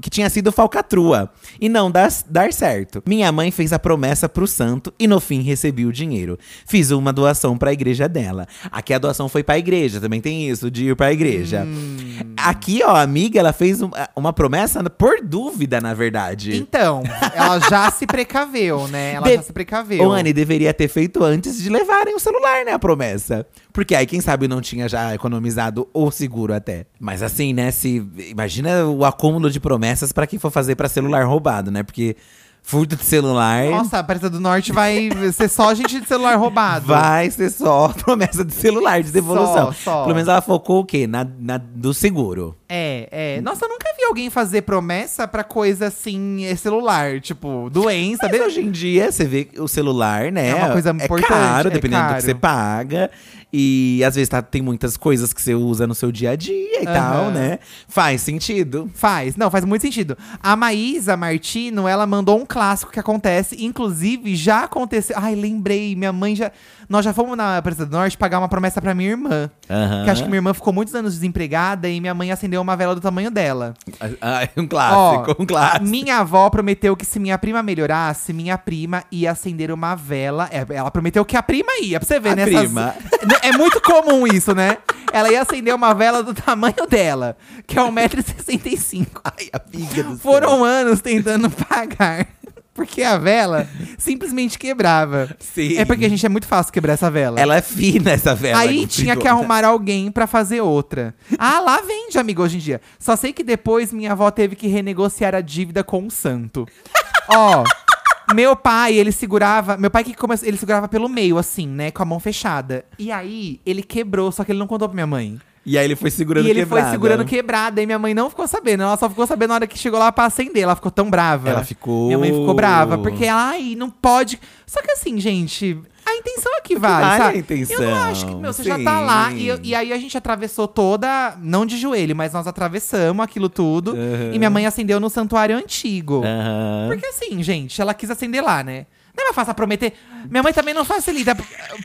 [SPEAKER 2] Que tinha sido falcatrua e não dar, dar certo. Minha mãe fez a promessa pro santo e no fim recebi o dinheiro. Fiz uma doação pra igreja dela. Aqui a doação foi pra igreja, também tem isso, de ir pra igreja. Aqui, ó, a amiga, ela fez um- uma promessa por dúvida, na verdade.
[SPEAKER 1] Então, ela já se precaveu, né? Ela
[SPEAKER 2] De-
[SPEAKER 1] já se precaveu.
[SPEAKER 2] O Anne deveria ter feito antes de levarem o celular, né? A promessa. Porque aí, quem sabe, não tinha já economizado o seguro até. Mas assim, né? Se, imagina o acúmulo de promessas pra quem for fazer pra celular roubado, né? Porque furto de celular
[SPEAKER 1] Nossa, a Preta do Norte vai ser só gente de celular roubado.
[SPEAKER 2] vai ser só promessa de celular, de devolução.
[SPEAKER 1] Só, só.
[SPEAKER 2] Pelo menos ela focou o quê? Na, na- do seguro.
[SPEAKER 1] É, é. Nossa, eu nunca vi alguém fazer promessa pra coisa assim, eh, celular. Tipo, doença.
[SPEAKER 2] Mas
[SPEAKER 1] be-
[SPEAKER 2] hoje em dia, você vê que o celular, né?
[SPEAKER 1] É uma coisa importante,
[SPEAKER 2] caro,
[SPEAKER 1] é
[SPEAKER 2] dependendo do
[SPEAKER 1] caro.
[SPEAKER 2] que você paga. E às vezes tá- tem muitas coisas que você usa no seu dia a dia e tal,
[SPEAKER 1] Aham.
[SPEAKER 2] né? Faz sentido.
[SPEAKER 1] Faz, não, faz muito sentido. A Maísa Martino, ela mandou um clássico que acontece, inclusive já aconteceu. Ai, lembrei, minha mãe já. Nós já fomos na Presa do Norte pagar uma promessa pra minha irmã.
[SPEAKER 2] Aham.
[SPEAKER 1] Que acho que minha irmã ficou muitos anos desempregada e minha mãe acendeu uma vela do tamanho dela.
[SPEAKER 2] Ah, um clássico,
[SPEAKER 1] Ó,
[SPEAKER 2] um clássico.
[SPEAKER 1] Minha avó prometeu que se minha prima melhorasse, minha prima ia acender uma vela. É, ela prometeu que a prima ia, pra você ver,
[SPEAKER 2] A
[SPEAKER 1] né?
[SPEAKER 2] prima.
[SPEAKER 1] É muito comum isso, né? Ela ia acender uma vela do tamanho dela, que é 1,65m.
[SPEAKER 2] Ai, amiga do céu.
[SPEAKER 1] Foram anos tentando pagar. Porque a vela simplesmente quebrava.
[SPEAKER 2] Sim.
[SPEAKER 1] É porque a gente é muito fácil quebrar essa vela.
[SPEAKER 2] Ela é fina, essa vela.
[SPEAKER 1] Aí tinha que
[SPEAKER 2] arrumar.
[SPEAKER 1] arrumar alguém pra fazer outra. Ah, lá vende, amigo, hoje em dia. Só sei que depois minha avó teve que renegociar a dívida com o santo. Ó, meu pai, ele segurava. Meu pai que começou. Ele segurava pelo meio, assim, né? Com a mão fechada. E aí, ele quebrou, só que ele não contou pra minha mãe.
[SPEAKER 2] E aí ele foi segurando
[SPEAKER 1] E ele
[SPEAKER 2] quebrada.
[SPEAKER 1] foi segurando quebrada, e minha mãe não ficou sabendo. Ela só ficou sabendo na hora que chegou lá pra acender. Ela ficou tão brava.
[SPEAKER 2] Ela ficou.
[SPEAKER 1] Minha mãe ficou brava, porque ela, ai, não pode. Só que assim, gente, a intenção é que vale,
[SPEAKER 2] vale a
[SPEAKER 1] sabe? Eu
[SPEAKER 2] intenção,
[SPEAKER 1] não acho que, meu, você já
[SPEAKER 2] sim.
[SPEAKER 1] tá lá. E, eu- e aí a gente atravessou toda, não de joelho, mas nós atravessamos aquilo tudo.
[SPEAKER 2] Aham.
[SPEAKER 1] E minha mãe acendeu no santuário antigo.
[SPEAKER 2] Aham.
[SPEAKER 1] Porque assim, gente, ela quis acender lá, né? Não é mais fácil prometer. Minha mãe também não facilita.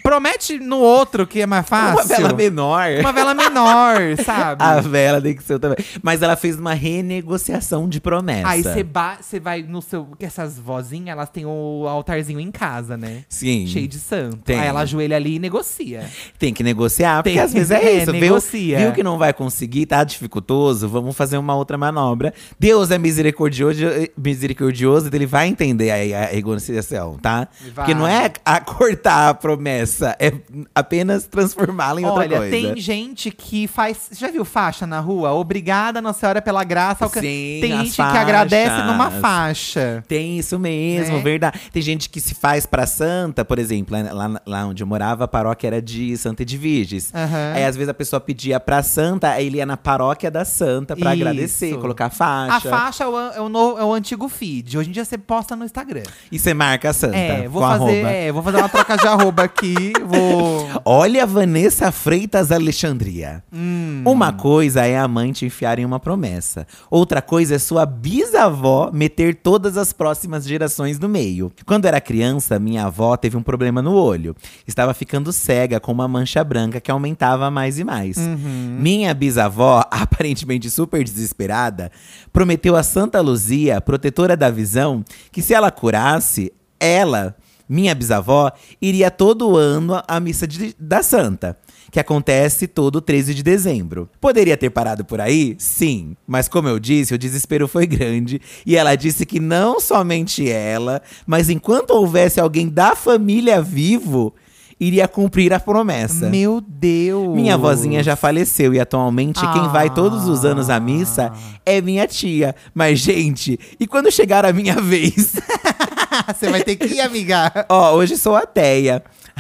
[SPEAKER 1] Promete no outro que é mais fácil.
[SPEAKER 2] Uma vela menor.
[SPEAKER 1] Uma vela menor, sabe?
[SPEAKER 2] A vela tem que ser também. Mas ela fez uma renegociação de promessa.
[SPEAKER 1] Aí você ba- você vai no seu. Essas vozinhas, elas têm o altarzinho em casa, né?
[SPEAKER 2] Sim.
[SPEAKER 1] Cheio de santo.
[SPEAKER 2] Tem. né?
[SPEAKER 1] Aí ela ajoelha ali e negocia.
[SPEAKER 2] Tem que negociar, porque
[SPEAKER 1] Tem.
[SPEAKER 2] às vezes é
[SPEAKER 1] É,
[SPEAKER 2] isso. viu?
[SPEAKER 1] negocia.
[SPEAKER 2] Viu, que não vai conseguir, tá dificultoso, vamos fazer uma outra eh, manobra. Deus é misericordioso, misericordioso então ele vai entender aí a negociação. não, tá?
[SPEAKER 1] Vai.
[SPEAKER 2] Porque não é a cortar a promessa, é apenas transformá-la em outra
[SPEAKER 1] Olha,
[SPEAKER 2] coisa.
[SPEAKER 1] tem gente que faz. Você já viu faixa na rua? Obrigada, Nossa Senhora, pela graça. alca-
[SPEAKER 2] Sim,
[SPEAKER 1] tem
[SPEAKER 2] as
[SPEAKER 1] gente que agradece
[SPEAKER 2] faixas.
[SPEAKER 1] numa faixa.
[SPEAKER 2] Tem isso mesmo,
[SPEAKER 1] Né?
[SPEAKER 2] verdade. Tem gente que se faz pra santa, por exemplo, lá- lá, lá onde eu morava, a paróquia era de Santa Edviges.
[SPEAKER 1] Aham.
[SPEAKER 2] Aí às vezes a pessoa pedia pra santa, aí ele ia na paróquia da santa pra
[SPEAKER 1] Isso.
[SPEAKER 2] agradecer, colocar
[SPEAKER 1] A
[SPEAKER 2] faixa.
[SPEAKER 1] faixa é o, an- é, o no- é o antigo feed. Hoje em dia você posta no Instagram.
[SPEAKER 2] E você marca a santa.
[SPEAKER 1] É, vou
[SPEAKER 2] Tá, com
[SPEAKER 1] fazer,
[SPEAKER 2] arroba.
[SPEAKER 1] é, vou fazer uma troca de arroba aqui. Vou.
[SPEAKER 2] Olha a Vanessa Freitas Alexandria.
[SPEAKER 1] hum,
[SPEAKER 2] Uma coisa é a mãe te enfiar em uma promessa. Outra coisa é sua bisavó meter todas as próximas gerações no meio. Quando era criança, minha avó teve um problema no olho. Estava ficando cega com uma mancha branca que aumentava mais e mais. Minha bisavó, aparentemente super desesperada, prometeu a Santa Luzia, protetora da visão, que se ela curasse, ela minha bisavó iria todo ano à missa de- da Santa, que acontece todo 13 de dezembro. Poderia ter parado por aí? Sim, mas como eu disse, o desespero foi grande e ela disse que não somente ela, mas enquanto houvesse alguém da família vivo, iria cumprir a promessa.
[SPEAKER 1] Meu Deus. Ah.
[SPEAKER 2] Minha vozinha já faleceu e atualmente quem vai todos os anos à missa é minha tia. Mas, gente, e quando chegar a minha vez?
[SPEAKER 1] Você vai ter que ir, amiga.
[SPEAKER 2] Ó, hoje sou ateia.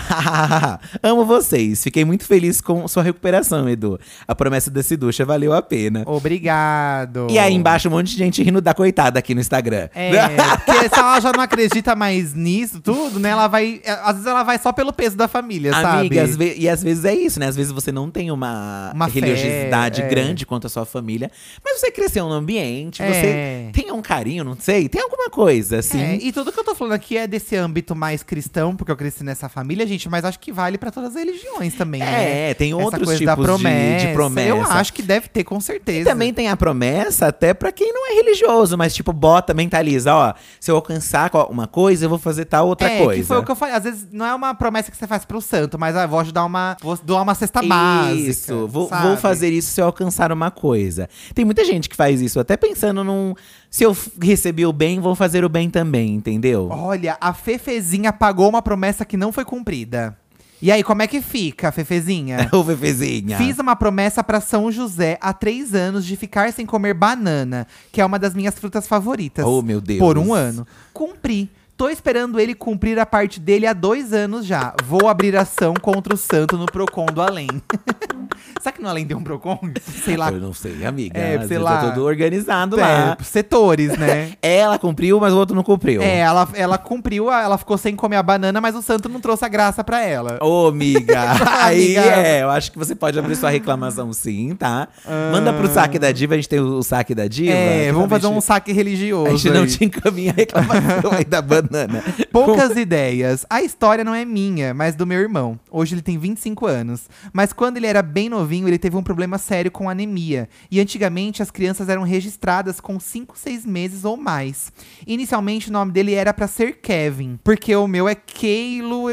[SPEAKER 2] Amo vocês. Fiquei muito feliz com sua recuperação, Edu. A promessa desse ducha valeu a pena.
[SPEAKER 1] Obrigado.
[SPEAKER 2] E aí embaixo um monte de gente rindo da coitada aqui no Instagram.
[SPEAKER 1] É, porque se ela já não acredita mais nisso tudo, né? Ela vai. Às vezes ela vai só pelo peso da família,
[SPEAKER 2] Amiga, às
[SPEAKER 1] sabe?
[SPEAKER 2] ve- e às vezes é isso, né? Às vezes você não tem uma,
[SPEAKER 1] Uma fé,
[SPEAKER 2] religiosidade
[SPEAKER 1] é.
[SPEAKER 2] grande quanto a sua família, mas você cresceu num ambiente,
[SPEAKER 1] É.
[SPEAKER 2] você tem um carinho, não sei, tem alguma coisa, assim.
[SPEAKER 1] É, e tudo que eu tô falando aqui é desse âmbito mais cristão, porque eu cresci nessa família, gente, mas acho que vale pra todas as religiões também, né?
[SPEAKER 2] É, tem
[SPEAKER 1] Essa
[SPEAKER 2] outros
[SPEAKER 1] coisa
[SPEAKER 2] tipos
[SPEAKER 1] da
[SPEAKER 2] de, de promessa.
[SPEAKER 1] Eu acho que deve ter, com
[SPEAKER 2] E
[SPEAKER 1] certeza.
[SPEAKER 2] também tem a promessa, até pra quem não é religioso, mas tipo, bota, mentaliza, ó, se eu alcançar co- uma coisa, eu vou fazer tal outra
[SPEAKER 1] é,
[SPEAKER 2] coisa.
[SPEAKER 1] que foi o que eu falei. Às vezes não é uma promessa que você faz pro santo, mas ah, vou ajudar uma. Vou doar uma cesta tá básica.
[SPEAKER 2] Isso, vou,
[SPEAKER 1] sabe?
[SPEAKER 2] vou fazer isso se eu alcançar uma coisa. Tem muita gente que faz isso, até pensando num. Se eu f- recebi o bem, vou fazer o bem também, entendeu?
[SPEAKER 1] Olha, a Fefezinha pagou uma promessa que não foi cumprida. E aí, como é que fica, Fefezinha?
[SPEAKER 2] Ô, Fefezinha.
[SPEAKER 1] Fiz uma promessa pra São José há três anos de ficar sem comer banana, que é uma das minhas frutas favoritas.
[SPEAKER 2] Oh, meu Deus.
[SPEAKER 1] Por um ano. Cumpri. Tô esperando ele cumprir a parte dele há dois anos já. Vou abrir ação contra o santo no Procon do Além. Será que no Além tem um Procon? Sei lá.
[SPEAKER 2] Eu não sei, amiga.
[SPEAKER 1] É,
[SPEAKER 2] É,
[SPEAKER 1] sei lá.
[SPEAKER 2] Tá todo organizado lá.
[SPEAKER 1] É, setores, né?
[SPEAKER 2] Ela cumpriu, mas o outro não cumpriu.
[SPEAKER 1] É, ela, ela cumpriu, a- ela ficou sem comer a banana, mas o santo não trouxe a graça pra ela.
[SPEAKER 2] Ô, amiga, aí
[SPEAKER 1] Amiga.
[SPEAKER 2] é, eu acho que você pode abrir sua reclamação sim, tá? Manda pro saque da diva, a gente tem o, o saque da diva.
[SPEAKER 1] Ah. É,
[SPEAKER 2] que
[SPEAKER 1] vamos fazer um
[SPEAKER 2] talvez
[SPEAKER 1] saque religioso.
[SPEAKER 2] A gente não
[SPEAKER 1] aí.
[SPEAKER 2] te encaminha a reclamação aí da banana.
[SPEAKER 1] Poucas ideias. A história não é minha, mas do meu irmão. Hoje ele tem 25 anos. Mas quando ele era bem novinho, ele teve um problema sério com anemia. E antigamente as crianças eram registradas com 5, 6 meses ou mais. Inicialmente o nome dele era pra ser Kevin, porque o meu é Keilo,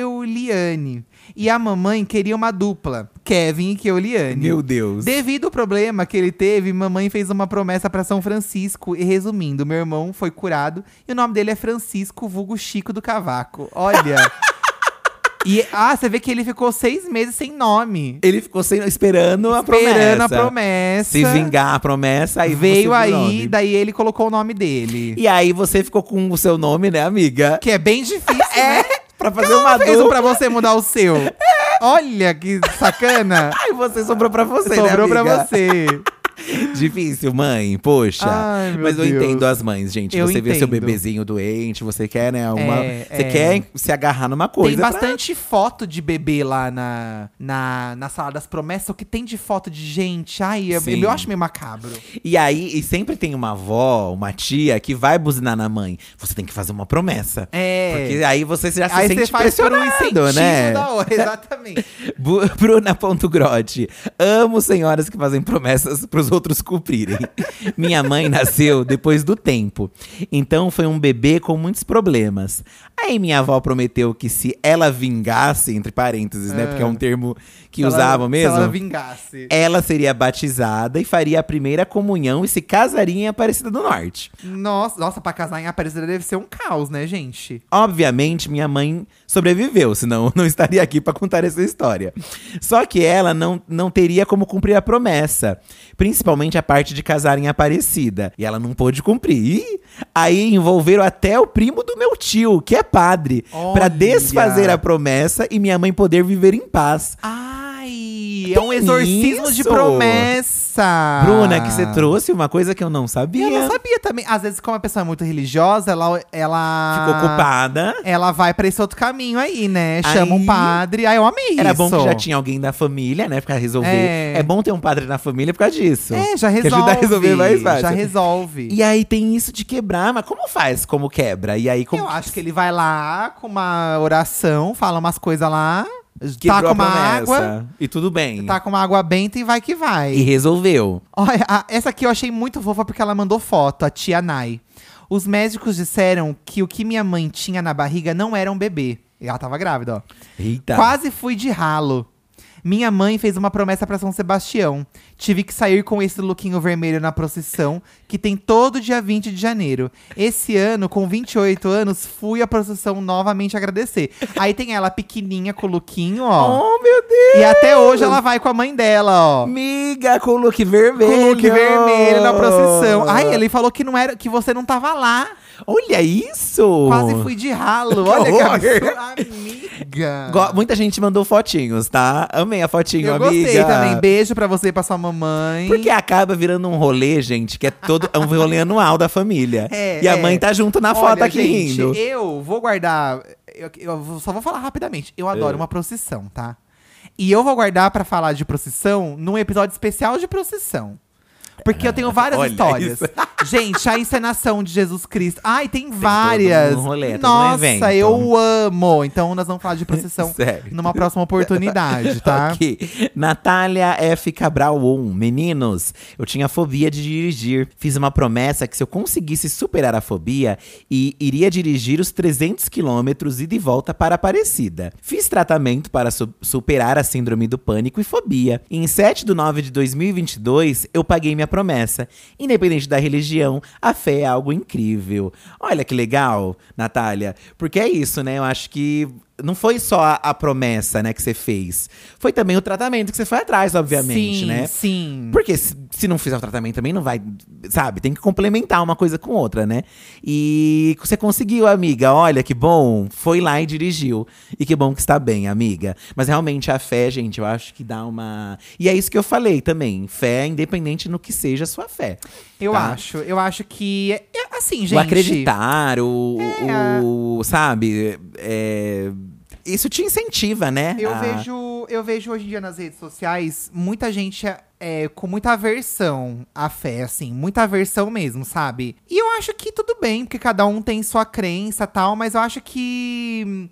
[SPEAKER 1] Keuliane. E a mamãe queria uma dupla, Kevin e Keuliane.
[SPEAKER 2] Meu Deus.
[SPEAKER 1] Devido ao problema que ele teve, mamãe fez uma promessa pra São Francisco. E resumindo, meu irmão foi curado e o nome dele é Francisco Vulgo Chico do Cavaco. Olha. e ah, você vê que ele ficou seis meses sem nome.
[SPEAKER 2] Ele ficou sem, esperando a promessa.
[SPEAKER 1] Esperando a promessa.
[SPEAKER 2] Se vingar a promessa, aí
[SPEAKER 1] Veio
[SPEAKER 2] você
[SPEAKER 1] aí,
[SPEAKER 2] nome.
[SPEAKER 1] daí ele colocou o nome dele.
[SPEAKER 2] E aí você ficou com o seu nome, né, amiga?
[SPEAKER 1] Que é bem difícil,
[SPEAKER 2] É,
[SPEAKER 1] né?
[SPEAKER 2] Pra fazer uma
[SPEAKER 1] Fez um
[SPEAKER 2] dupla.
[SPEAKER 1] pra você mudar o seu.
[SPEAKER 2] É.
[SPEAKER 1] Olha que sacana.
[SPEAKER 2] Aí você sobrou pra você, né,
[SPEAKER 1] Sobrou
[SPEAKER 2] amiga?
[SPEAKER 1] pra você.
[SPEAKER 2] Difícil, mãe, poxa.
[SPEAKER 1] Ai, meu
[SPEAKER 2] Mas eu
[SPEAKER 1] Deus.
[SPEAKER 2] entendo as mães, gente.
[SPEAKER 1] Eu
[SPEAKER 2] você vê seu
[SPEAKER 1] entendo.
[SPEAKER 2] bebezinho doente, você quer, né? Uma,
[SPEAKER 1] É,
[SPEAKER 2] você
[SPEAKER 1] é.
[SPEAKER 2] quer se agarrar numa coisa.
[SPEAKER 1] Tem bastante foto de bebê lá na, na, na sala das promessas. O que tem de foto de gente? Ai, eu,
[SPEAKER 2] Sim.
[SPEAKER 1] eu acho meio macabro.
[SPEAKER 2] E aí, e sempre tem uma avó, uma tia que vai buzinar na mãe. Você tem que fazer uma promessa.
[SPEAKER 1] É.
[SPEAKER 2] Porque aí você já se
[SPEAKER 1] Aí
[SPEAKER 2] sente
[SPEAKER 1] você faz por um incentivo
[SPEAKER 2] pressionado, né?
[SPEAKER 1] da hora, exatamente.
[SPEAKER 2] Bu- Bruna Ponto Grotti. Amo senhoras que fazem promessas pros outros descobrirem. Minha mãe nasceu depois do tempo, então foi um bebê com muitos problemas. Aí minha avó prometeu que se ela vingasse, entre parênteses, né? Porque é um termo que
[SPEAKER 1] Se ela-
[SPEAKER 2] usavam mesmo.
[SPEAKER 1] Se ela vingasse.
[SPEAKER 2] Ela seria batizada e faria a primeira comunhão e se casaria em Aparecida do Norte.
[SPEAKER 1] Nossa, nossa, pra casar em Aparecida deve ser um caos, né, gente?
[SPEAKER 2] Obviamente, minha mãe sobreviveu, senão eu não estaria aqui para contar essa história. Só que ela não, não teria como cumprir a promessa, principalmente a parte de casar em Aparecida. E ela não pôde cumprir. E aí envolveram até o primo do meu tio, que é padre, para
[SPEAKER 1] Olha!
[SPEAKER 2] desfazer a promessa e minha mãe poder viver em paz.
[SPEAKER 1] Ai, é
[SPEAKER 2] Tem
[SPEAKER 1] um exorcismo de
[SPEAKER 2] isso?
[SPEAKER 1] promessa.
[SPEAKER 2] Bruna, que você trouxe uma coisa que eu não sabia.
[SPEAKER 1] Ah. Eu não sabia também. Às vezes, como a pessoa é muito religiosa, ela. ela
[SPEAKER 2] Ficou culpada.
[SPEAKER 1] Ela vai pra esse outro caminho aí, né? Chama
[SPEAKER 2] Aí-
[SPEAKER 1] um padre. Ai, eu amei
[SPEAKER 2] Era
[SPEAKER 1] isso.
[SPEAKER 2] bom que já tinha alguém da família, né? Pra resolver. É,
[SPEAKER 1] É.
[SPEAKER 2] bom ter um padre na família por causa disso.
[SPEAKER 1] É, já
[SPEAKER 2] Que
[SPEAKER 1] resolve.
[SPEAKER 2] ajuda a resolver mais fácil.
[SPEAKER 1] Já resolve.
[SPEAKER 2] E aí tem isso de quebrar, mas como faz? Como quebra? E aí como.
[SPEAKER 1] Eu acho que ele vai lá com uma oração, fala umas coisas lá, taca
[SPEAKER 2] quebrou
[SPEAKER 1] uma
[SPEAKER 2] a
[SPEAKER 1] água,
[SPEAKER 2] promessa. E tudo bem.
[SPEAKER 1] taca uma água benta e vai que vai.
[SPEAKER 2] E resolveu.
[SPEAKER 1] Olha, a- essa aqui eu achei muito fofa porque ela mandou foto, a tia Nai. Os médicos disseram que o que minha mãe tinha na barriga não era um bebê. E Ela tava grávida, ó.
[SPEAKER 2] Eita.
[SPEAKER 1] Quase fui de ralo. Minha mãe fez uma promessa pra São Sebastião. Tive que sair com esse lookinho vermelho na procissão, que tem todo dia 20 de janeiro. Esse ano, com 28 anos, fui à procissão novamente agradecer. Aí tem ela pequenininha com o lookinho, ó.
[SPEAKER 2] Oh, meu Deus!
[SPEAKER 1] E até hoje ela vai com a mãe dela, ó.
[SPEAKER 2] Amiga, com o look vermelho.
[SPEAKER 1] Com o look vermelho na procissão. Ai, ele falou que não era, que você não tava lá.
[SPEAKER 2] Olha isso!
[SPEAKER 1] Quase fui de ralo.
[SPEAKER 2] Que
[SPEAKER 1] Olha que
[SPEAKER 2] horror.
[SPEAKER 1] absurdo. Amiga.
[SPEAKER 2] Go- Muita gente mandou fotinhos, tá? Amei a fotinho,
[SPEAKER 1] Eu
[SPEAKER 2] amiga.
[SPEAKER 1] gostei também. Beijo pra você e pra sua mamãe.
[SPEAKER 2] Porque acaba virando um rolê, gente, que é todo é um rolê anual da família.
[SPEAKER 1] É,
[SPEAKER 2] e a
[SPEAKER 1] é.
[SPEAKER 2] mãe tá junto na
[SPEAKER 1] Olha,
[SPEAKER 2] foto aqui
[SPEAKER 1] gente,
[SPEAKER 2] rindo.
[SPEAKER 1] Eu vou guardar. Eu, eu vou- só vou falar rapidamente. Eu
[SPEAKER 2] É.
[SPEAKER 1] adoro uma procissão, tá? E eu vou guardar pra falar de procissão num episódio especial de procissão. Porque eu tenho várias
[SPEAKER 2] olha
[SPEAKER 1] histórias.
[SPEAKER 2] isso.
[SPEAKER 1] Gente, a encenação de Jesus Cristo. Ai, tem, várias.
[SPEAKER 2] todo um rolê, todo um
[SPEAKER 1] Nossa,
[SPEAKER 2] evento.
[SPEAKER 1] eu amo. Então nós vamos falar de procissão
[SPEAKER 2] Certo.
[SPEAKER 1] numa próxima oportunidade, tá?
[SPEAKER 2] Ok. Natália F. Cabral 1. Meninos, eu tinha fobia de dirigir. Fiz uma promessa que se eu conseguisse superar a fobia, e iria dirigir os 300 quilômetros e de volta para Aparecida. Fiz tratamento para su- superar a síndrome do pânico e fobia. E em 7 de 9 de 2022, eu paguei minha promessa. Independente da religião, a fé é algo incrível. Olha que legal, Natália. Porque é isso, né? Eu acho que não foi só a, a promessa, né, que você fez. Foi também o tratamento que você foi atrás, obviamente,
[SPEAKER 1] sim,
[SPEAKER 2] né?
[SPEAKER 1] sim.
[SPEAKER 2] Porque se, se não fizer o tratamento também não vai, sabe? Tem que complementar uma coisa com outra, né? E você conseguiu, amiga. Olha que bom. Foi lá e dirigiu. E que bom que está bem, amiga. Mas realmente a fé, gente, eu acho que dá uma. E é isso que eu falei também. Fé, é independente no que seja a sua fé.
[SPEAKER 1] Eu
[SPEAKER 2] tá?
[SPEAKER 1] acho. Eu acho que. é- é Assim, gente. É,
[SPEAKER 2] O acreditar, o, o- o- sabe? é, isso te incentiva, né?
[SPEAKER 1] Eu
[SPEAKER 2] a-
[SPEAKER 1] vejo, eu vejo hoje em dia nas redes sociais muita gente é, com muita aversão à fé, assim, muita aversão mesmo, sabe? E eu acho que tudo bem, porque cada um tem sua crença tal, mas eu acho que.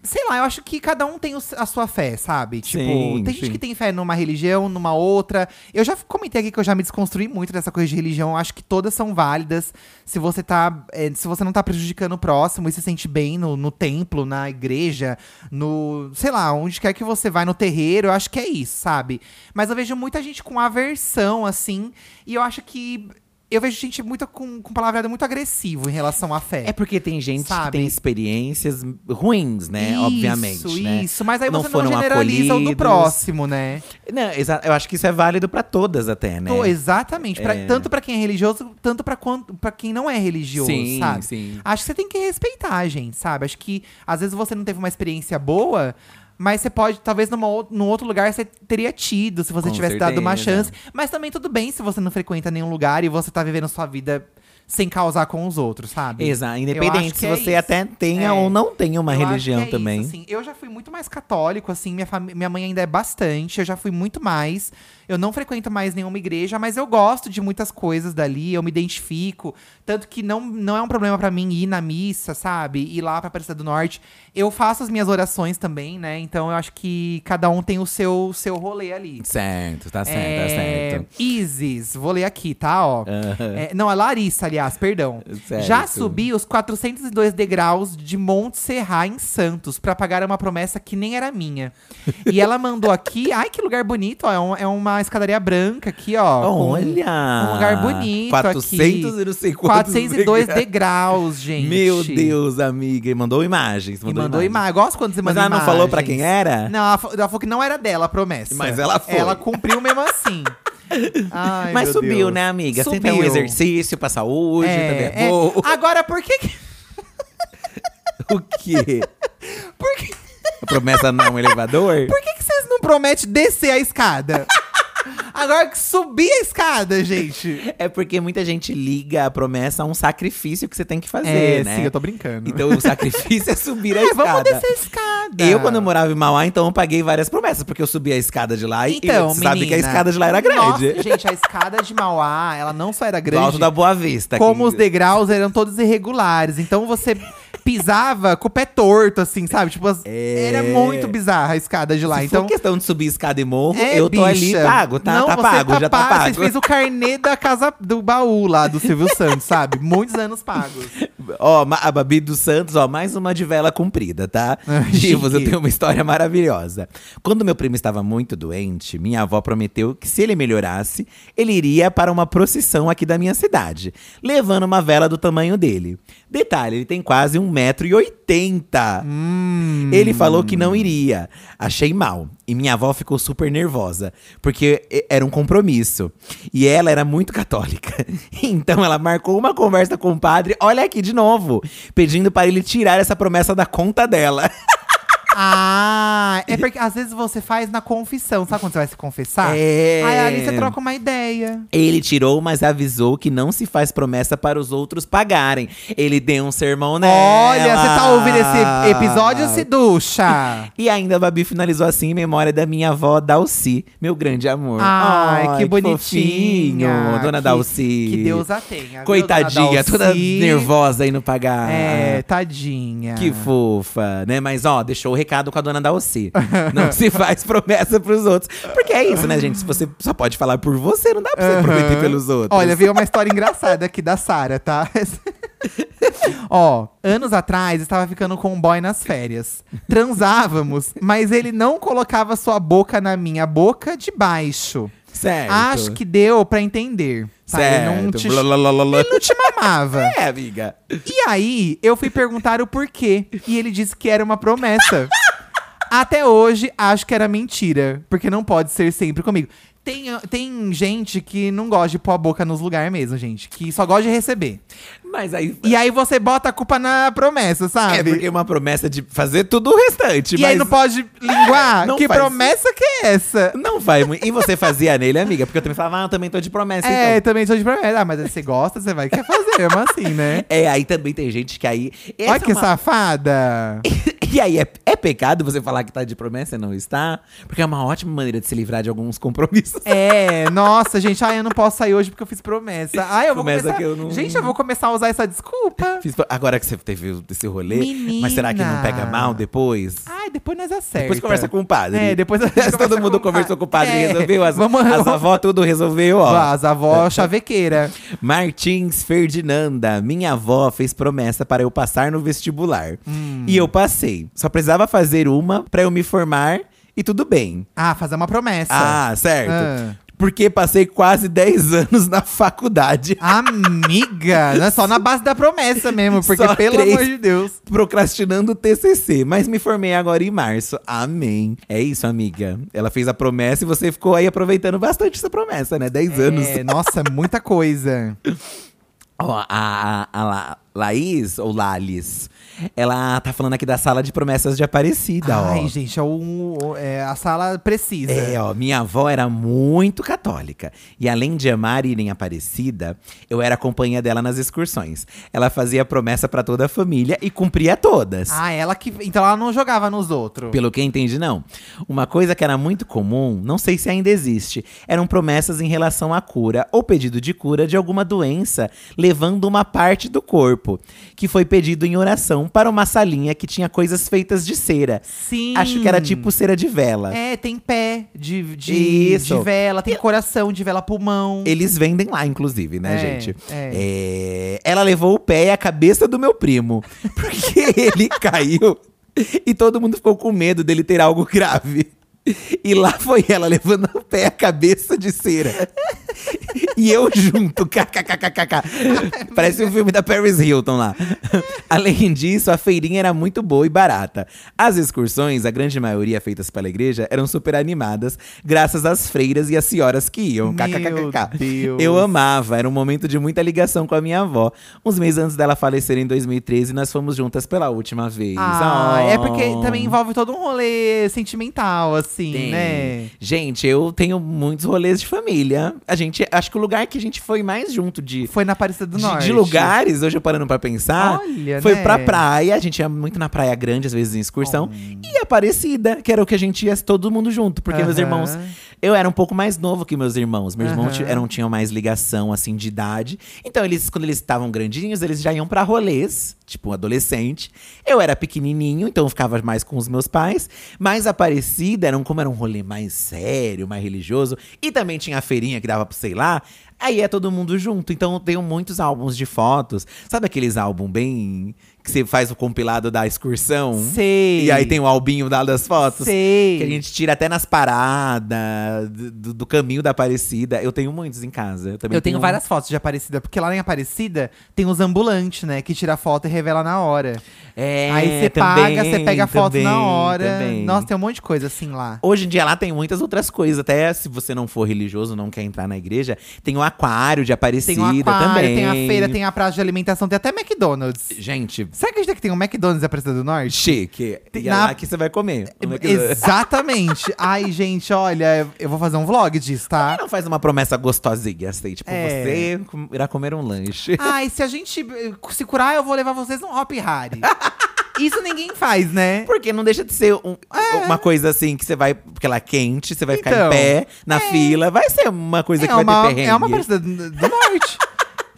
[SPEAKER 1] Sei lá, eu acho que cada um tem o s- a sua fé, sabe? Tipo,
[SPEAKER 2] Sim,
[SPEAKER 1] tem
[SPEAKER 2] sim.
[SPEAKER 1] gente que tem fé numa religião, numa outra. Eu já comentei aqui que eu já me desconstruí muito dessa coisa de religião. Eu acho que todas são válidas. Se você tá. é, se você não tá prejudicando o próximo e se sente bem no, no templo, na igreja, no. sei lá, onde quer que você vai, no terreiro, eu acho que é isso, sabe? Mas eu vejo muita gente com aversão, assim, e eu acho que. Eu vejo gente muito com, com palavreado muito agressivo em relação à fé.
[SPEAKER 2] É porque tem gente que
[SPEAKER 1] Sabe?
[SPEAKER 2] tem experiências ruins, né?
[SPEAKER 1] Isso,
[SPEAKER 2] Obviamente, né?
[SPEAKER 1] Isso, mas aí
[SPEAKER 2] Não
[SPEAKER 1] você não
[SPEAKER 2] foram
[SPEAKER 1] generaliza o do
[SPEAKER 2] acolhidos.
[SPEAKER 1] próximo, né?
[SPEAKER 2] Não, exa- eu acho que isso é válido pra todas até, né?
[SPEAKER 1] Tô, exatamente. Pra-
[SPEAKER 2] É.
[SPEAKER 1] Tanto pra quem é religioso, tanto pra, quanto, pra quem não é religioso,
[SPEAKER 2] sim,
[SPEAKER 1] sabe?
[SPEAKER 2] sim.
[SPEAKER 1] Acho que você tem que respeitar, gente, sabe? Acho que às vezes você não teve uma experiência boa, mas você pode, talvez numa, ou- num outro lugar você teria tido, se você
[SPEAKER 2] Com
[SPEAKER 1] tivesse dado uma
[SPEAKER 2] certeza.
[SPEAKER 1] chance. Mas também tudo bem se você não frequenta nenhum lugar e você tá vivendo sua vida sem causar com os outros, sabe?
[SPEAKER 2] Exato.
[SPEAKER 1] Eu acho
[SPEAKER 2] Independente
[SPEAKER 1] que
[SPEAKER 2] se
[SPEAKER 1] é
[SPEAKER 2] você
[SPEAKER 1] isso.
[SPEAKER 2] até tenha
[SPEAKER 1] É.
[SPEAKER 2] ou não tenha uma
[SPEAKER 1] Eu acho que
[SPEAKER 2] religião
[SPEAKER 1] é isso,
[SPEAKER 2] também.
[SPEAKER 1] assim. Eu já fui muito mais católico, assim, minha, fami- minha mãe ainda é bastante, eu já fui muito mais. Eu não frequento mais nenhuma igreja, mas eu gosto de muitas coisas dali, eu me identifico. Tanto que não, não é um problema pra mim ir na missa, sabe? Ir lá pra Aparecida do Norte. Eu faço as minhas orações também, né? Então eu acho que cada um tem o seu, seu rolê ali.
[SPEAKER 2] Certo, tá certo, tá
[SPEAKER 1] É,
[SPEAKER 2] certo.
[SPEAKER 1] Isis, vou ler aqui, tá? Ó.
[SPEAKER 2] Aham.
[SPEAKER 1] É, não, é Larissa, aliás, perdão.
[SPEAKER 2] Certo.
[SPEAKER 1] Já subi os 402 degraus de Monte Serra, em Santos, pra pagar uma promessa que nem era minha. E ela mandou aqui. Ai, que lugar bonito, ó. É, um- é uma escadaria branca aqui, ó. com
[SPEAKER 2] Olha!
[SPEAKER 1] um lugar bonito
[SPEAKER 2] 400 e não sei quantos
[SPEAKER 1] 402
[SPEAKER 2] degraus.
[SPEAKER 1] degraus, gente.
[SPEAKER 2] Meu Deus, amiga. E mandou imagens.
[SPEAKER 1] E
[SPEAKER 2] Mandou,
[SPEAKER 1] mandou
[SPEAKER 2] imagens.
[SPEAKER 1] imagem. Gosto quando você
[SPEAKER 2] Mas
[SPEAKER 1] manda
[SPEAKER 2] ela não falou pra
[SPEAKER 1] imagens.
[SPEAKER 2] quem era?
[SPEAKER 1] Não, ela fa- ela falou que não era dela a promessa.
[SPEAKER 2] Mas ela foi.
[SPEAKER 1] Ela cumpriu mesmo assim. Ai,
[SPEAKER 2] Mas
[SPEAKER 1] meu
[SPEAKER 2] subiu,
[SPEAKER 1] Deus.
[SPEAKER 2] né, amiga?
[SPEAKER 1] Subiu.
[SPEAKER 2] Sempre é um exercício pra saúde, também é bom.
[SPEAKER 1] Agora, por que. que-
[SPEAKER 2] O quê?
[SPEAKER 1] Por que,
[SPEAKER 2] A promessa não é um elevador?
[SPEAKER 1] por que, que vocês não prometem descer a escada? Agora que subir a escada, gente.
[SPEAKER 2] É porque muita gente liga a promessa a um sacrifício que você tem que fazer, né?
[SPEAKER 1] É, tô brincando.
[SPEAKER 2] Então o sacrifício é subir a
[SPEAKER 1] é,
[SPEAKER 2] escada.
[SPEAKER 1] vamos descer a escada.
[SPEAKER 2] Eu, quando eu morava em Mauá, então eu paguei várias promessas, porque eu subi a escada de lá e-
[SPEAKER 1] Então,
[SPEAKER 2] e você sabe que a
[SPEAKER 1] menina,
[SPEAKER 2] escada de lá era grande.
[SPEAKER 1] Nossa, gente, a escada de Mauá, ela não só era
[SPEAKER 2] Do alto
[SPEAKER 1] grande,
[SPEAKER 2] da né? Boa Vista.
[SPEAKER 1] como
[SPEAKER 2] que-
[SPEAKER 1] os degraus eram todos irregulares. Então você pisava com o pé torto, assim, sabe? Tipo, as-
[SPEAKER 2] É.
[SPEAKER 1] era muito bizarra a escada de lá.
[SPEAKER 2] Se
[SPEAKER 1] então,
[SPEAKER 2] for questão de subir escada e morro,
[SPEAKER 1] É,
[SPEAKER 2] eu tô ali
[SPEAKER 1] bicha.
[SPEAKER 2] pago, tá?
[SPEAKER 1] Não,
[SPEAKER 2] tá
[SPEAKER 1] você
[SPEAKER 2] pago, já tá
[SPEAKER 1] pago. Você
[SPEAKER 2] pago.
[SPEAKER 1] fez o carnê da casa do baú lá do Silvio Santos, sabe? Muitos anos pagos.
[SPEAKER 2] Ó, ma- a Babi dos Santos, ó, mais uma de vela comprida, tá? Divos, eu
[SPEAKER 1] chique.
[SPEAKER 2] tenho uma história maravilhosa. Quando meu primo estava muito doente, minha avó prometeu que se ele melhorasse, ele iria para uma procissão aqui da minha cidade, levando uma vela do tamanho dele. Detalhe, ele tem quase 1,80m. Ele falou que
[SPEAKER 1] Hum.
[SPEAKER 2] não iria. Achei mal. E minha avó ficou super nervosa, porque e- era um compromisso. E ela era muito católica. Então ela marcou uma conversa com o padre, olha aqui de novo, pedindo para ele tirar essa promessa da conta dela.
[SPEAKER 1] Ah, é porque às vezes você faz na confissão. Sabe quando você vai se confessar?
[SPEAKER 2] É.
[SPEAKER 1] Aí ali você troca uma ideia.
[SPEAKER 2] Ele tirou, mas avisou que não se faz promessa para os outros pagarem. Ele deu um sermão nela.
[SPEAKER 1] Olha, você tá ouvindo esse episódio, se ducha.
[SPEAKER 2] E ainda a Babi finalizou assim em memória da minha avó Dalci, meu grande amor.
[SPEAKER 1] Ai, que
[SPEAKER 2] fofinho,
[SPEAKER 1] bonitinha.
[SPEAKER 2] Dona
[SPEAKER 1] Que-
[SPEAKER 2] Dalci.
[SPEAKER 1] Que Deus a tenha. viu,
[SPEAKER 2] Coitadinha,
[SPEAKER 1] dona
[SPEAKER 2] toda
[SPEAKER 1] Dalci?
[SPEAKER 2] nervosa aí no pagar.
[SPEAKER 1] É, tadinha.
[SPEAKER 2] Que fofa, né? Mas ó, deixou o recado com a dona Dalci. não se faz promessa pros outros. Porque é isso, né, gente? Se você só pode falar por você, não dá pra você prometer pelos outros.
[SPEAKER 1] Olha, veio uma história engraçada aqui da Sara, tá? Ó, anos atrás estava ficando com um boy nas férias. Transávamos, mas ele não colocava sua boca na minha boca de baixo.
[SPEAKER 2] certo.
[SPEAKER 1] Acho que deu pra entender. tá? Ele
[SPEAKER 2] É, então. certo.
[SPEAKER 1] não te-
[SPEAKER 2] Blá, blá, blá, blá, blá.
[SPEAKER 1] ele não te mamava.
[SPEAKER 2] É, amiga.
[SPEAKER 1] E aí, eu fui perguntar o porquê. E ele disse que era uma promessa. Até hoje, acho que era mentira. Porque não pode ser sempre comigo. Tem, tem gente que não gosta de pôr a boca nos lugares mesmo, gente. Que só gosta de receber.
[SPEAKER 2] Mas aí.
[SPEAKER 1] E aí você bota a culpa na promessa, sabe?
[SPEAKER 2] É porque é uma promessa de fazer tudo o restante.
[SPEAKER 1] e
[SPEAKER 2] mas
[SPEAKER 1] aí não pode linguar?
[SPEAKER 2] É, não
[SPEAKER 1] que
[SPEAKER 2] faz.
[SPEAKER 1] promessa que é essa?
[SPEAKER 2] Não vai muito. E você fazia nele, amiga? Porque eu também falava, ah, eu também tô de promessa,
[SPEAKER 1] É,
[SPEAKER 2] então.
[SPEAKER 1] também sou de promessa. Ah, mas aí você gosta, você vai quer fazer, mesmo assim, né?
[SPEAKER 2] É, aí também tem gente que aí. essa
[SPEAKER 1] Olha que
[SPEAKER 2] é uma-
[SPEAKER 1] safada!
[SPEAKER 2] E aí, é, é pecado você falar que tá de promessa e não está? Porque é uma ótima maneira de se livrar de alguns compromissos.
[SPEAKER 1] É, nossa, gente, ai, eu não posso sair hoje porque eu fiz promessa. Ai, eu vou
[SPEAKER 2] Promessa
[SPEAKER 1] começar...
[SPEAKER 2] que eu não-
[SPEAKER 1] Gente, eu vou começar a usar essa desculpa.
[SPEAKER 2] Fiz pro- Agora que você teve esse rolê,
[SPEAKER 1] Menina.
[SPEAKER 2] mas será que não pega mal depois?
[SPEAKER 1] Ai, depois nós acerta.
[SPEAKER 2] Depois conversa com o padre.
[SPEAKER 1] É, depois a gente
[SPEAKER 2] Mas Todo
[SPEAKER 1] conversa
[SPEAKER 2] mundo
[SPEAKER 1] com o pa-
[SPEAKER 2] conversou com o padre,
[SPEAKER 1] É,
[SPEAKER 2] resolveu. As,
[SPEAKER 1] vamos-
[SPEAKER 2] as avó tudo resolveu, ó.
[SPEAKER 1] As avó chavequeira.
[SPEAKER 2] Martins Ferdinanda, minha avó fez promessa para eu passar no vestibular. E eu passei. Só precisava fazer uma para eu me formar e tudo bem.
[SPEAKER 1] Ah, fazer uma promessa.
[SPEAKER 2] Ah, certo.
[SPEAKER 1] Ah.
[SPEAKER 2] Porque passei quase 10 anos na faculdade.
[SPEAKER 1] Amiga, não é só na base da promessa mesmo, porque
[SPEAKER 2] Só
[SPEAKER 1] pelo
[SPEAKER 2] três.
[SPEAKER 1] amor de Deus.
[SPEAKER 2] Procrastinando o TCC, mas me formei agora em março. Amém. É isso, amiga. Ela fez a promessa e você ficou aí aproveitando bastante essa promessa, né? 10 anos.
[SPEAKER 1] É, nossa, muita coisa.
[SPEAKER 2] Ó, a, a, a, La- Laís, ou Lalis, ela tá falando aqui da sala de promessas de Aparecida,
[SPEAKER 1] Ai,
[SPEAKER 2] ó.
[SPEAKER 1] gente, é, um, é a sala precisa.
[SPEAKER 2] É, ó, minha avó era muito católica. E além de amar ir em Aparecida, eu era a companhia dela nas excursões. Ela fazia promessa pra toda a família e cumpria todas.
[SPEAKER 1] Ah, ela que. Então ela não jogava nos outros.
[SPEAKER 2] Pelo que eu entendi, não. Uma coisa que era muito comum, não sei se ainda existe, eram promessas em relação à cura ou pedido de cura de alguma doença, levando uma parte do corpo, que foi pedido em oração para uma salinha que tinha coisas feitas de cera.
[SPEAKER 1] Sim.
[SPEAKER 2] Acho que era tipo cera de vela.
[SPEAKER 1] É, tem pé de, de, de
[SPEAKER 2] Isso.
[SPEAKER 1] vela, tem coração de vela pulmão.
[SPEAKER 2] Eles vendem lá, inclusive, né,
[SPEAKER 1] Então- É,
[SPEAKER 2] gente?
[SPEAKER 1] é.
[SPEAKER 2] É, Ela levou o pé e a cabeça do meu primo, porque ele caiu e todo mundo ficou com medo dele ter algo grave. E lá foi ela levando o pé e a cabeça de cera. E eu junto, kkkkkk. Parece um filme da Paris Hilton lá. Além disso, a feirinha era muito boa e barata. As excursões, a grande maioria feitas pela igreja, eram super animadas, graças às freiras e às senhoras que iam.
[SPEAKER 1] Meu
[SPEAKER 2] kkkk.
[SPEAKER 1] Deus.
[SPEAKER 2] Eu amava, era um momento de muita ligação com a minha avó. Uns meses antes dela falecer em 2013, nós fomos juntas pela última vez.
[SPEAKER 1] Ah,
[SPEAKER 2] Oh.
[SPEAKER 1] é porque também envolve todo um rolê sentimental, assim,
[SPEAKER 2] Tem.
[SPEAKER 1] né?
[SPEAKER 2] Gente, eu tenho muitos rolês de família. A gente, acho que o lugar que a gente foi mais junto de
[SPEAKER 1] Foi na Parecida do
[SPEAKER 2] de-
[SPEAKER 1] Norte.
[SPEAKER 2] De, lugares, hoje eu parando pra pensar.
[SPEAKER 1] Olha,
[SPEAKER 2] foi
[SPEAKER 1] né?
[SPEAKER 2] pra praia, a gente ia muito na Praia Grande, às vezes em excursão. E Aparecida, que era o que a gente ia todo mundo junto. Porque meus
[SPEAKER 1] Aham.
[SPEAKER 2] irmãos. Eu era um pouco mais novo que meus irmãos. Meus irmãos ti- um
[SPEAKER 1] Aham.
[SPEAKER 2] eram, tinham mais ligação, assim, de idade. Então, eles, quando eles estavam grandinhos, eles já iam pra rolês, tipo, adolescente. Eu era pequenininho, então eu ficava mais com os meus pais. Mas Aparecida, era um, como era um rolê mais sério, mais religioso. E também tinha a feirinha que dava pra sei lá. Aí é todo mundo junto. Então eu tenho muitos álbuns de fotos. Sabe aqueles álbuns bem. que você faz o compilado da excursão?
[SPEAKER 1] Sei.
[SPEAKER 2] E aí tem o albinho lá das fotos?
[SPEAKER 1] Sei.
[SPEAKER 2] Que a gente tira até nas paradas, do, do caminho da Aparecida. Eu tenho muitos em casa. Eu, também um
[SPEAKER 1] Eu tenho várias fotos de Aparecida, porque lá em Aparecida tem os ambulantes, né? Que tira foto e revela na hora.
[SPEAKER 2] É,
[SPEAKER 1] Aí você
[SPEAKER 2] também,
[SPEAKER 1] paga, você pega a foto
[SPEAKER 2] também,
[SPEAKER 1] na hora.
[SPEAKER 2] também.
[SPEAKER 1] Nossa, tem um monte de coisa assim lá.
[SPEAKER 2] Hoje em dia lá tem muitas outras coisas. Até se você não for religioso, não quer entrar na igreja, tem o aquário de Aparecida
[SPEAKER 1] Tem o aquário,
[SPEAKER 2] também.
[SPEAKER 1] tem a feira, tem a praça de alimentação, tem até McDonald's.
[SPEAKER 2] Gente,
[SPEAKER 1] Você acredita que tem um McDonald's em Aparecida do Norte?
[SPEAKER 2] chique.
[SPEAKER 1] Tem-
[SPEAKER 2] e é
[SPEAKER 1] na-
[SPEAKER 2] lá que você vai comer. Como é que-
[SPEAKER 1] Exatamente. Ai, gente, olha, eu- eu vou fazer um vlog disso, tá?
[SPEAKER 2] Não faz uma promessa gostosinha, assim. Tipo,
[SPEAKER 1] É.
[SPEAKER 2] você com- irá comer um lanche.
[SPEAKER 1] Ai, se a gente eh, se curar, eu vou levar vocês num Hop Hari. Isso ninguém faz, né?
[SPEAKER 2] Porque não deixa de ser um- uma coisa assim que você vai. Porque ela é quente, você vai ficar
[SPEAKER 1] É. Então,
[SPEAKER 2] em pé, na fila. Vai ser uma coisa que
[SPEAKER 1] é, uma,
[SPEAKER 2] vai ter perrengue.
[SPEAKER 1] é uma Parecida do do Norte.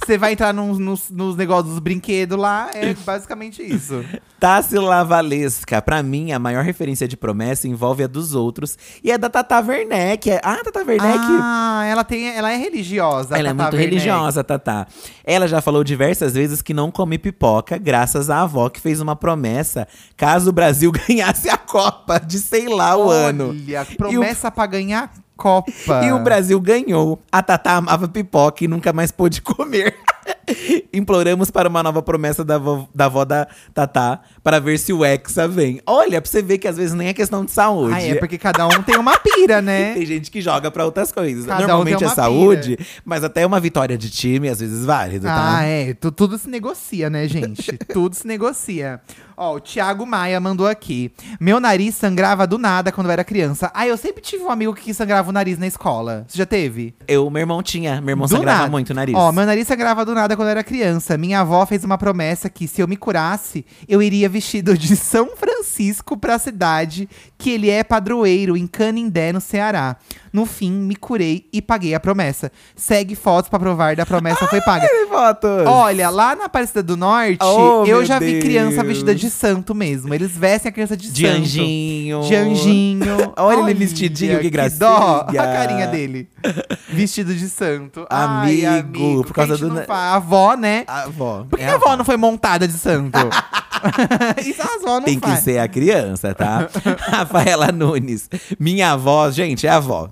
[SPEAKER 1] Você vai entrar nos, nos, nos negócios dos brinquedos lá, é basicamente isso.
[SPEAKER 2] Tassila Valesca, Tá pra mim, a maior referência de promessa envolve a dos outros. E é da Tata Werneck. É- Ah, Tata Werneck.
[SPEAKER 1] Ah, ela, tem, ela é religiosa. a
[SPEAKER 2] Ela é
[SPEAKER 1] Tata
[SPEAKER 2] muito
[SPEAKER 1] Werneck.
[SPEAKER 2] religiosa, Tatá. Ela já falou diversas vezes que não come pipoca, graças à avó que fez uma promessa caso o Brasil ganhasse a Copa de sei lá é o ano.
[SPEAKER 1] Olha, promessa pra ganhar a Copa.
[SPEAKER 2] E o Brasil ganhou. A Tatá amava pipoca e nunca mais pôde comer. Imploramos para uma nova promessa da avó da, avó da Tatá para ver se o Hexa vem. Olha, pra você ver que às vezes nem é questão de saúde.
[SPEAKER 1] Ah, é porque cada um tem uma pira, né?
[SPEAKER 2] Tem gente que joga pra outras coisas.
[SPEAKER 1] Cada um
[SPEAKER 2] Normalmente
[SPEAKER 1] tem
[SPEAKER 2] é
[SPEAKER 1] uma
[SPEAKER 2] saúde, mas até uma vitória de time às vezes válido, tá?
[SPEAKER 1] Ah, é. Tu- tudo se negocia, né, gente? tudo se negocia. Ó, o Thiago Maia mandou aqui. Meu nariz sangrava do nada quando eu era criança. Ah, eu sempre tive um amigo que sangrava o nariz na escola. Você já teve?
[SPEAKER 2] Eu, meu irmão tinha. Meu irmão
[SPEAKER 1] Do
[SPEAKER 2] sangrava
[SPEAKER 1] nada.
[SPEAKER 2] muito o nariz.
[SPEAKER 1] Ó, meu nariz sangrava do nada quando eu era criança. Minha avó fez uma promessa que se eu me curasse, eu iria vestido de São Francisco pra cidade, que ele é padroeiro em Canindé, no Ceará. No fim, me curei e paguei a promessa. Segue fotos pra provar da promessa foi paga.
[SPEAKER 2] Tem fotos.
[SPEAKER 1] Olha, lá na Aparecida do Norte,
[SPEAKER 2] Oh,
[SPEAKER 1] eu
[SPEAKER 2] meu
[SPEAKER 1] já vi criança
[SPEAKER 2] Deus.
[SPEAKER 1] vestida de santo mesmo. Eles vestem a criança de,
[SPEAKER 2] de
[SPEAKER 1] santo.
[SPEAKER 2] anjinho.
[SPEAKER 1] De anjinho.
[SPEAKER 2] Olha ele vestidinho, que
[SPEAKER 1] graça.
[SPEAKER 2] gracinha.
[SPEAKER 1] Dó, a carinha dele. Vestido de santo. Ai,
[SPEAKER 2] Amigo,
[SPEAKER 1] amigo.
[SPEAKER 2] por causa
[SPEAKER 1] quem
[SPEAKER 2] do
[SPEAKER 1] não
[SPEAKER 2] na-
[SPEAKER 1] fa- A avó, né?
[SPEAKER 2] A avó.
[SPEAKER 1] Por que
[SPEAKER 2] É
[SPEAKER 1] a avó não foi montada de santo? Isso a avó não
[SPEAKER 2] Tem que
[SPEAKER 1] faz.
[SPEAKER 2] ser a criança, tá? Rafaela Nunes. Minha avó, gente, é a avó.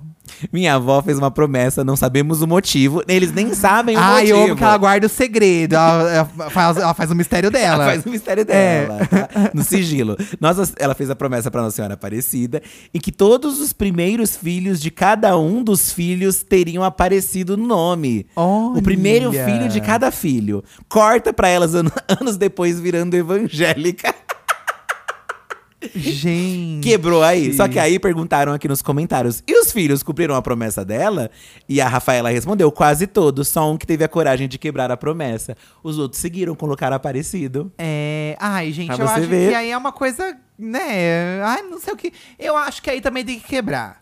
[SPEAKER 2] Minha avó fez uma promessa, não sabemos o motivo. Eles nem sabem o
[SPEAKER 1] Ah,
[SPEAKER 2] um motivo.
[SPEAKER 1] eu amo que ela guarda o segredo. Ela, ela faz, ela faz o mistério dela.
[SPEAKER 2] Ela faz o
[SPEAKER 1] É.
[SPEAKER 2] mistério dela, tá? no sigilo. Nossa, ela fez a promessa pra Nossa Senhora Aparecida e que todos os primeiros filhos de cada um dos filhos teriam aparecido no nome.
[SPEAKER 1] Olha.
[SPEAKER 2] O primeiro filho de cada filho. Corta pra elas an- anos depois virando evangélica.
[SPEAKER 1] Gente.
[SPEAKER 2] Quebrou aí. Só que aí perguntaram aqui nos comentários: e os filhos cumpriram a promessa dela? E a Rafaela respondeu: quase todos, só um que teve a coragem de quebrar a promessa. Os outros seguiram, colocaram aparecido.
[SPEAKER 1] É. Ai, gente,
[SPEAKER 2] Pra
[SPEAKER 1] eu
[SPEAKER 2] você
[SPEAKER 1] acho
[SPEAKER 2] ver.
[SPEAKER 1] que aí é uma coisa, né? Ai, não sei o que. Eu acho que aí também tem que quebrar.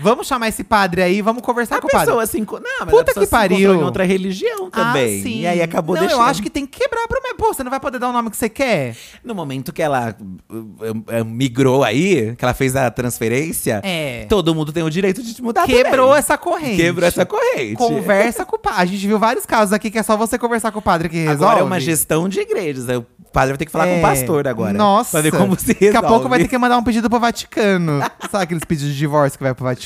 [SPEAKER 1] Vamos chamar esse padre aí, vamos conversar
[SPEAKER 2] a
[SPEAKER 1] com o padre.
[SPEAKER 2] pessoa assim. Não, mas
[SPEAKER 1] Puta que
[SPEAKER 2] a pessoa se encontrou
[SPEAKER 1] pariu.
[SPEAKER 2] em outra religião também.
[SPEAKER 1] Ah, sim.
[SPEAKER 2] E aí acabou
[SPEAKER 1] não,
[SPEAKER 2] deixando.
[SPEAKER 1] eu acho que tem que quebrar pra mim. Pô, você não vai poder dar o nome que você quer?
[SPEAKER 2] No momento que ela uh, uh, uh, migrou aí, que ela fez a transferência,
[SPEAKER 1] É.
[SPEAKER 2] todo mundo tem o direito de te mudar
[SPEAKER 1] Quebrou
[SPEAKER 2] Ah, também.
[SPEAKER 1] essa corrente.
[SPEAKER 2] Quebrou essa corrente.
[SPEAKER 1] Conversa com o padre. A gente viu vários casos aqui que é só você conversar com o padre que resolve.
[SPEAKER 2] Agora é uma gestão de igrejas. aí O padre vai ter que falar com
[SPEAKER 1] É.
[SPEAKER 2] o pastor agora.
[SPEAKER 1] Nossa.
[SPEAKER 2] Pra ver como se resolve.
[SPEAKER 1] Daqui a pouco vai ter que mandar um pedido pro Vaticano. Sabe aqueles pedidos de divórcio que vai pro Vaticano?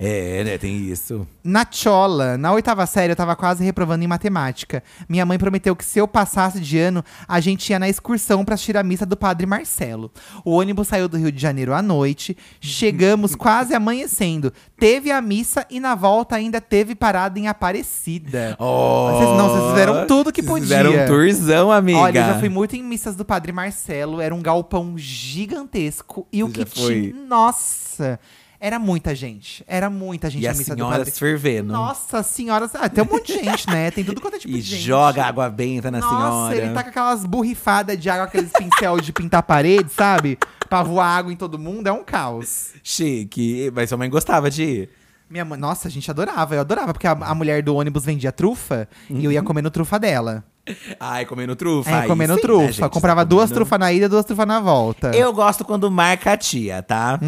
[SPEAKER 2] É, né? Tem isso.
[SPEAKER 1] Na Chola, na oitava série, eu tava quase reprovando em matemática. Minha mãe prometeu que se eu passasse de ano, a gente ia na excursão pra assistir a missa do Padre Marcelo. O ônibus saiu do Rio de Janeiro à noite, chegamos quase amanhecendo. Teve a missa e na volta ainda teve parada em Aparecida.
[SPEAKER 2] Oh,
[SPEAKER 1] Vocês- não, vocês fizeram tudo que
[SPEAKER 2] vocês
[SPEAKER 1] podia.
[SPEAKER 2] Fizeram um tourzão, amiga.
[SPEAKER 1] Olha, eu já fui muito em missas do Padre Marcelo, era um galpão gigantesco. E o
[SPEAKER 2] Você
[SPEAKER 1] que
[SPEAKER 2] já foi?
[SPEAKER 1] tinha. Nossa! Era muita gente. Era muita gente
[SPEAKER 2] E
[SPEAKER 1] na
[SPEAKER 2] as
[SPEAKER 1] missa do
[SPEAKER 2] senhoras
[SPEAKER 1] Padre.
[SPEAKER 2] fervendo.
[SPEAKER 1] Nossa senhora. Ah, tem um monte de gente, né? Tem tudo quanto é tipo
[SPEAKER 2] e
[SPEAKER 1] de gente.
[SPEAKER 2] joga água benta na
[SPEAKER 1] Nossa,
[SPEAKER 2] senhora.
[SPEAKER 1] ele tá com aquelas borrifadas de água, aqueles pincel de pintar parede, sabe? Pra voar água em todo mundo, é um caos.
[SPEAKER 2] Chique. Mas sua mãe gostava de ir.
[SPEAKER 1] Minha mãe, nossa, a gente adorava, eu adorava, porque a, a mulher do ônibus vendia trufa e eu ia comendo trufa dela.
[SPEAKER 2] Ai, comendo Uhum. trufa.
[SPEAKER 1] Aí,
[SPEAKER 2] aí
[SPEAKER 1] É, comendo
[SPEAKER 2] sim, né,
[SPEAKER 1] trufa.
[SPEAKER 2] gente?
[SPEAKER 1] Comprava
[SPEAKER 2] Tá
[SPEAKER 1] duas
[SPEAKER 2] comendo-
[SPEAKER 1] trufas na ida, duas trufas na volta.
[SPEAKER 2] Eu gosto quando marca a tia, tá?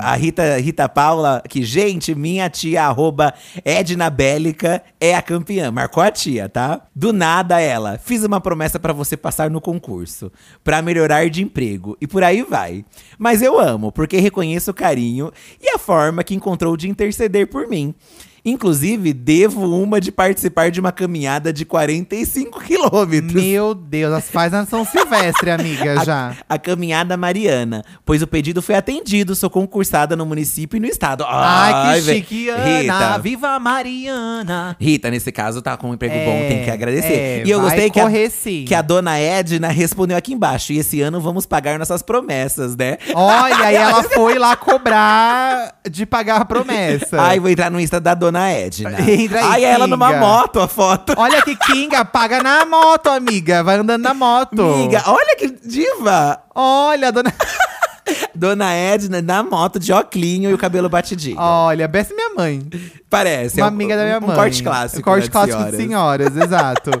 [SPEAKER 2] A Rita, Rita Paula, que, gente, minha tia, arroba Edna Bélica, é a campeã. Marcou a tia, tá? Do nada ela, fiz uma promessa pra você passar no concurso, pra melhorar de emprego, e por aí vai. Mas eu amo, porque reconheço o carinho e a forma que encontrou de interceder por mim. Inclusive, devo uma de participar de uma caminhada de 45 quilômetros.
[SPEAKER 1] Meu Deus, as faz na São Silvestre, amiga, já.
[SPEAKER 2] A caminhada mariana, pois o pedido foi atendido, sou concursada no município e no estado.
[SPEAKER 1] Ai, que
[SPEAKER 2] véi.
[SPEAKER 1] chique, Ana.
[SPEAKER 2] Rita.
[SPEAKER 1] Viva a Mariana!
[SPEAKER 2] Rita, nesse caso, tá com um emprego
[SPEAKER 1] É,
[SPEAKER 2] bom, tem que agradecer.
[SPEAKER 1] é,
[SPEAKER 2] e eu
[SPEAKER 1] vai
[SPEAKER 2] gostei que a,
[SPEAKER 1] correr, sim.
[SPEAKER 2] que a dona Edna respondeu aqui embaixo. E esse ano vamos pagar nossas promessas, né?
[SPEAKER 1] Olha, e ela foi lá cobrar de pagar a promessa.
[SPEAKER 2] Ai, vou entrar no Insta da dona Edna.
[SPEAKER 1] Entra aí,
[SPEAKER 2] Ai, ela numa
[SPEAKER 1] Kinga.
[SPEAKER 2] moto, a foto.
[SPEAKER 1] Olha que Kinga paga na moto, amiga. Vai andando na moto.
[SPEAKER 2] Amiga, olha que diva!
[SPEAKER 1] Olha, dona.
[SPEAKER 2] Dona Edna na moto de oclinho e o cabelo batidinho.
[SPEAKER 1] Olha, Bessa é minha mãe.
[SPEAKER 2] Parece.
[SPEAKER 1] uma
[SPEAKER 2] é um-
[SPEAKER 1] amiga da minha
[SPEAKER 2] um
[SPEAKER 1] mãe.
[SPEAKER 2] corte clássico.
[SPEAKER 1] Um corte
[SPEAKER 2] né, de
[SPEAKER 1] clássico de
[SPEAKER 2] senhoras.
[SPEAKER 1] senhoras, exato.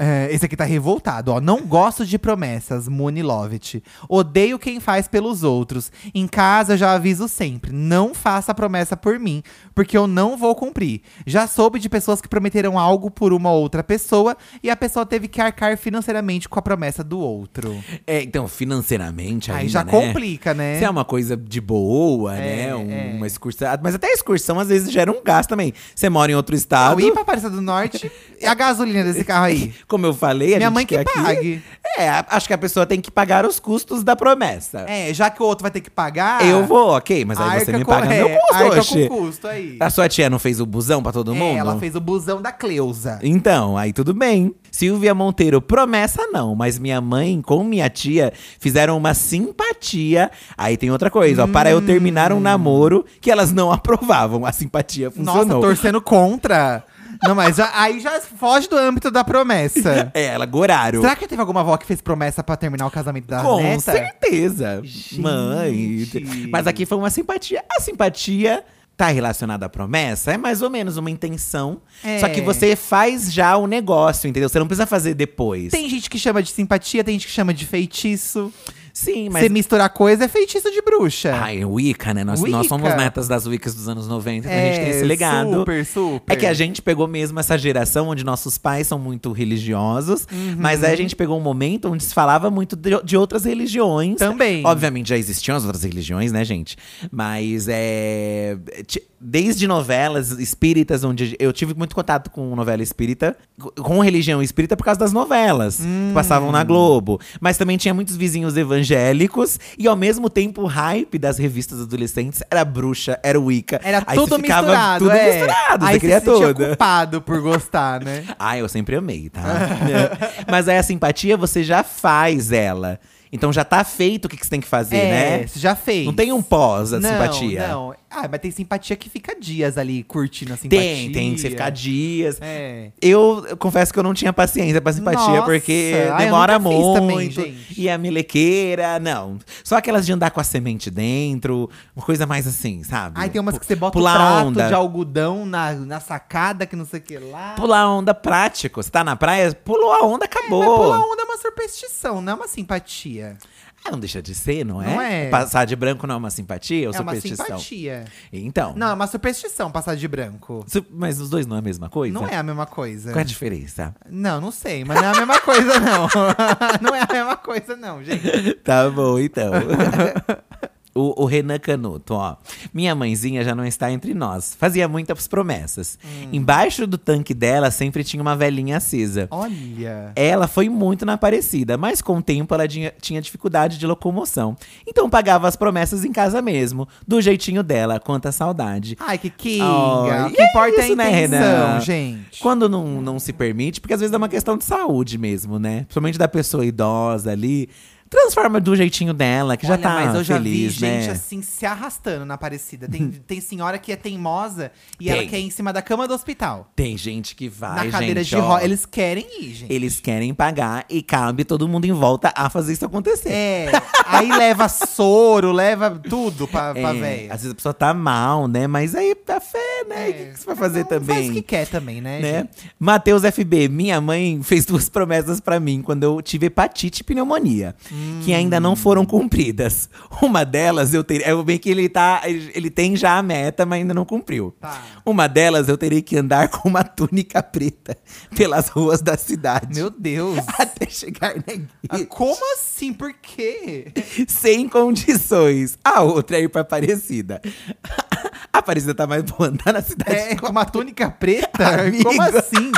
[SPEAKER 1] É, esse aqui tá revoltado, ó. Não gosto de promessas, Moni Lovett. Odeio quem faz pelos outros. Em casa, eu já aviso sempre. Não faça promessa por mim, porque eu não vou cumprir. Já soube de pessoas que prometeram algo por uma outra pessoa e a pessoa teve que arcar financeiramente com a promessa do outro.
[SPEAKER 2] É, então, financeiramente ainda,
[SPEAKER 1] Aí já
[SPEAKER 2] né?
[SPEAKER 1] complica, né? É,
[SPEAKER 2] Se é uma coisa de boa, né? Um- Uma excursão. Mas até a excursão às vezes gera um gasto também. Você mora em outro
[SPEAKER 1] Eu
[SPEAKER 2] estado.
[SPEAKER 1] ir pra Aparecida do Norte e a gasolina desse carro aí.
[SPEAKER 2] Como eu falei, a
[SPEAKER 1] Minha
[SPEAKER 2] gente
[SPEAKER 1] mãe que
[SPEAKER 2] quer
[SPEAKER 1] pague.
[SPEAKER 2] É, a- acho que a pessoa tem que pagar os custos da promessa.
[SPEAKER 1] É, já que o outro vai ter que pagar.
[SPEAKER 2] Eu vou, ok, mas aí você
[SPEAKER 1] Arca
[SPEAKER 2] me
[SPEAKER 1] com-
[SPEAKER 2] paga
[SPEAKER 1] é,
[SPEAKER 2] meu
[SPEAKER 1] arca
[SPEAKER 2] custo, oxe.
[SPEAKER 1] com custo aí.
[SPEAKER 2] A sua tia não fez o busão pra todo
[SPEAKER 1] É,
[SPEAKER 2] mundo?
[SPEAKER 1] ela fez o busão da Cleusa.
[SPEAKER 2] Então, aí tudo bem. Silvia Monteiro, promessa não, mas minha mãe com minha tia fizeram uma simpatia. Aí tem outra coisa, ó, para eu terminar um namoro que elas não aprovavam. A simpatia
[SPEAKER 1] Hum. Nossa,
[SPEAKER 2] funcionou.
[SPEAKER 1] torcendo contra. Não, mas já- aí já foge do âmbito da promessa.
[SPEAKER 2] É, ela goraram.
[SPEAKER 1] Será que teve alguma avó que fez promessa pra terminar o casamento da
[SPEAKER 2] Com
[SPEAKER 1] neta?
[SPEAKER 2] certeza.
[SPEAKER 1] Gente.
[SPEAKER 2] Mãe. Mas aqui foi uma simpatia. A simpatia tá relacionada à promessa, é mais ou menos uma intenção.
[SPEAKER 1] É.
[SPEAKER 2] Só que você faz já o negócio, entendeu? Você não precisa fazer depois.
[SPEAKER 1] Tem gente que chama de simpatia, tem gente que chama de feitiço.
[SPEAKER 2] Sim,
[SPEAKER 1] Você misturar coisa é feitiço de bruxa.
[SPEAKER 2] Ai, Wicca, né? Nós, nós
[SPEAKER 1] Wicca.
[SPEAKER 2] somos netas das Wiccas dos anos 90, então a gente tem
[SPEAKER 1] É,
[SPEAKER 2] esse legado.
[SPEAKER 1] Super, super.
[SPEAKER 2] É que a gente pegou mesmo essa geração onde nossos pais são muito religiosos, mas
[SPEAKER 1] Uhum.
[SPEAKER 2] aí a gente pegou um momento onde se falava muito de, de outras religiões.
[SPEAKER 1] Também.
[SPEAKER 2] Obviamente já existiam as outras religiões, né, gente? Mas é. ti- desde novelas espíritas, onde eu tive muito contato com novela espírita, com religião espírita por causa das novelas
[SPEAKER 1] Hum.
[SPEAKER 2] que passavam na Globo. Mas também tinha muitos vizinhos evangélicos e ao mesmo tempo o hype das revistas adolescentes era bruxa, era wicca.
[SPEAKER 1] Era
[SPEAKER 2] Aí
[SPEAKER 1] tudo
[SPEAKER 2] você ficava
[SPEAKER 1] misturado.
[SPEAKER 2] tudo
[SPEAKER 1] é.
[SPEAKER 2] misturado,
[SPEAKER 1] Aí
[SPEAKER 2] você queria
[SPEAKER 1] se sentia
[SPEAKER 2] toda.
[SPEAKER 1] culpado por gostar, né?
[SPEAKER 2] Ah, eu sempre amei, tá?
[SPEAKER 1] Ah.
[SPEAKER 2] Mas aí a simpatia, você já faz ela. Então já tá feito o que, que você tem que fazer,
[SPEAKER 1] é,
[SPEAKER 2] né?
[SPEAKER 1] você já fez.
[SPEAKER 2] Não tem um pós a simpatia.
[SPEAKER 1] Não, Ah, mas tem simpatia que fica dias ali curtindo a simpatia.
[SPEAKER 2] Tem, tem que você ficar dias.
[SPEAKER 1] É.
[SPEAKER 2] Eu, eu confesso que eu não tinha paciência pra simpatia,
[SPEAKER 1] Nossa,
[SPEAKER 2] porque
[SPEAKER 1] ai, eu
[SPEAKER 2] demora
[SPEAKER 1] nunca fiz
[SPEAKER 2] muito.
[SPEAKER 1] também, gente.
[SPEAKER 2] e a melequeira, não. Só aquelas de andar com a semente dentro, uma coisa mais assim, sabe?
[SPEAKER 1] Aí tem umas que você bota
[SPEAKER 2] Pular
[SPEAKER 1] o prato
[SPEAKER 2] onda.
[SPEAKER 1] de algodão na, na sacada, que não sei o que lá.
[SPEAKER 2] Pular onda prático. Você tá na praia, pulou a onda, acabou.
[SPEAKER 1] Mas pular onda é uma superstição, não é uma simpatia.
[SPEAKER 2] Ah, não deixa de ser, não é?
[SPEAKER 1] Não é.
[SPEAKER 2] Passar de branco não é uma simpatia ou
[SPEAKER 1] é uma
[SPEAKER 2] superstição?
[SPEAKER 1] simpatia.
[SPEAKER 2] Então.
[SPEAKER 1] Não, é uma superstição passar de branco.
[SPEAKER 2] Su- Mas os dois não é a mesma coisa?
[SPEAKER 1] Não é a mesma coisa.
[SPEAKER 2] Qual é a diferença?
[SPEAKER 1] Não, não sei, mas não é a mesma coisa, não. não é a mesma coisa, não, gente.
[SPEAKER 2] tá bom, então. O, o Renan Canuto, ó. Minha mãezinha já não está entre nós. Fazia muitas promessas.
[SPEAKER 1] Hum.
[SPEAKER 2] Embaixo do tanque dela sempre tinha uma velhinha acesa.
[SPEAKER 1] Olha.
[SPEAKER 2] Ela foi muito na Aparecida, mas com o tempo ela tinha, tinha dificuldade de locomoção. Então pagava as promessas em casa mesmo, do jeitinho dela, quanta saudade.
[SPEAKER 1] Ai, que kinga.
[SPEAKER 2] Ai,
[SPEAKER 1] o
[SPEAKER 2] e
[SPEAKER 1] que
[SPEAKER 2] é
[SPEAKER 1] importa
[SPEAKER 2] isso,
[SPEAKER 1] é a
[SPEAKER 2] né,
[SPEAKER 1] intenção,
[SPEAKER 2] Renan?
[SPEAKER 1] gente.
[SPEAKER 2] Quando não, não se permite, porque às vezes é uma questão de saúde mesmo, né? Principalmente da pessoa idosa ali. Transforma do jeitinho dela, que já
[SPEAKER 1] Olha,
[SPEAKER 2] tá
[SPEAKER 1] mas eu já
[SPEAKER 2] feliz,
[SPEAKER 1] vi
[SPEAKER 2] né?
[SPEAKER 1] gente assim se arrastando na Aparecida. Tem, tem senhora que é teimosa e ela
[SPEAKER 2] Tem.
[SPEAKER 1] quer ir em cima da cama do hospital.
[SPEAKER 2] Tem gente que vai,
[SPEAKER 1] na cadeira
[SPEAKER 2] gente,
[SPEAKER 1] de
[SPEAKER 2] ó,
[SPEAKER 1] roda. Eles querem ir, gente.
[SPEAKER 2] eles querem pagar e cabe todo mundo em volta a fazer isso acontecer.
[SPEAKER 1] É. aí leva soro, leva tudo pra, pra
[SPEAKER 2] É,
[SPEAKER 1] véia.
[SPEAKER 2] às vezes a pessoa tá mal, né? Mas aí tá fé, né? E O que,
[SPEAKER 1] É.
[SPEAKER 2] que você vai fazer
[SPEAKER 1] Cada um
[SPEAKER 2] também?
[SPEAKER 1] Faz o que quer também, né?
[SPEAKER 2] né?
[SPEAKER 1] gente?
[SPEAKER 2] Matheus FB, minha mãe fez duas promessas pra mim quando eu tive hepatite e pneumonia,
[SPEAKER 1] Hum.
[SPEAKER 2] que ainda não foram cumpridas. Uma delas eu teria, eu bem que ele tá, ele tem já a meta, mas ainda não cumpriu.
[SPEAKER 1] Tá.
[SPEAKER 2] Uma delas eu terei que andar com uma túnica preta pelas ruas da cidade.
[SPEAKER 1] Meu Deus.
[SPEAKER 2] Até chegar na
[SPEAKER 1] Ah,
[SPEAKER 2] igreja,
[SPEAKER 1] Como assim? Por quê?
[SPEAKER 2] sem condições. A outra é ir pra Aparecida. A Aparecida tá mais boa andar na cidade.
[SPEAKER 1] É, com uma túnica preta?
[SPEAKER 2] Amigo.
[SPEAKER 1] Como assim?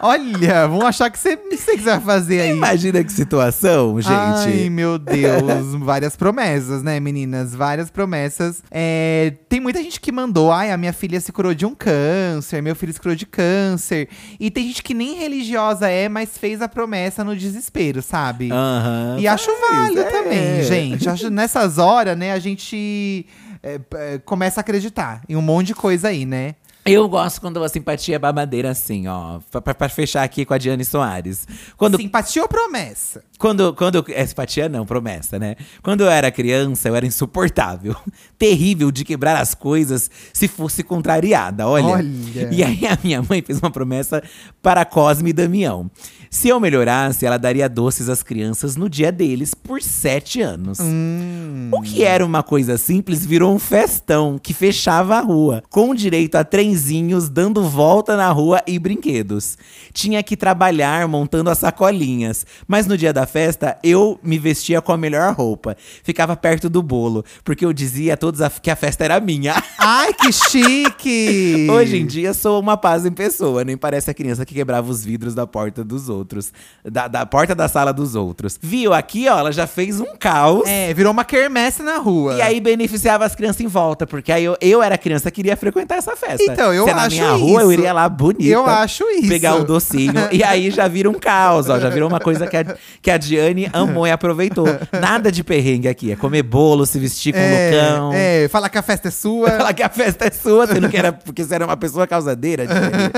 [SPEAKER 1] Olha, vão achar que você não sei o que você vai fazer aí.
[SPEAKER 2] Imagina que situação, gente.
[SPEAKER 1] Ai, meu Deus. Várias promessas, né, meninas? Várias promessas. É, tem muita gente que mandou, ai, a minha filha se curou de um câncer, meu filho se curou de câncer. E tem gente que nem religiosa é, mas fez a promessa no desespero, sabe?
[SPEAKER 2] Aham,
[SPEAKER 1] E acho
[SPEAKER 2] Ah, faz,
[SPEAKER 1] válido
[SPEAKER 2] é.
[SPEAKER 1] também, gente. Acho nessas horas, né, a gente é, é, começa a acreditar em um monte de coisa aí, né?
[SPEAKER 2] Eu gosto quando a simpatia é babadeira assim, ó. Pra- Pra pra fechar aqui com a Diane Soares. Quando,
[SPEAKER 1] Simpatia ou promessa?
[SPEAKER 2] quando, quando. eu- É simpatia não, promessa, né? Quando eu era criança, eu era insuportável. Terrível de quebrar as coisas se fosse contrariada, olha.
[SPEAKER 1] Olha.
[SPEAKER 2] E aí a minha mãe fez uma promessa para Cosme e Damião. Se eu melhorasse, ela daria doces às crianças no dia deles por sete anos.
[SPEAKER 1] Hum.
[SPEAKER 2] O que era uma coisa simples virou um festão que fechava a rua, com direito a trenzinhos dando volta na rua e brinquedos. Tinha que trabalhar montando as sacolinhas, mas no dia da festa eu me vestia com a melhor roupa, ficava perto do bolo, porque eu dizia a todos a- que a festa era minha.
[SPEAKER 1] Ai, que chique!
[SPEAKER 2] Hoje em dia sou uma paz em pessoa, nem parece a criança que quebrava os vidros da porta dos outros, da, da porta da sala dos outros. Viu aqui, ó, ela já fez um caos.
[SPEAKER 1] É, virou uma quermesse na rua.
[SPEAKER 2] E aí beneficiava as crianças em volta, porque aí eu, eu era criança queria frequentar essa festa.
[SPEAKER 1] Então, eu
[SPEAKER 2] Se é na
[SPEAKER 1] acho
[SPEAKER 2] minha rua,
[SPEAKER 1] isso.
[SPEAKER 2] eu iria lá bonita.
[SPEAKER 1] Eu acho isso.
[SPEAKER 2] Pegar o docinho. e aí já vira um caos, ó. Já virou uma coisa que a, que a Diane amou e aproveitou. Nada de perrengue aqui. É comer bolo, se vestir com lucão.
[SPEAKER 1] É, falar que a festa é sua.
[SPEAKER 2] Falar que a festa é sua, sendo que era, porque você era uma pessoa causadeira. Diane.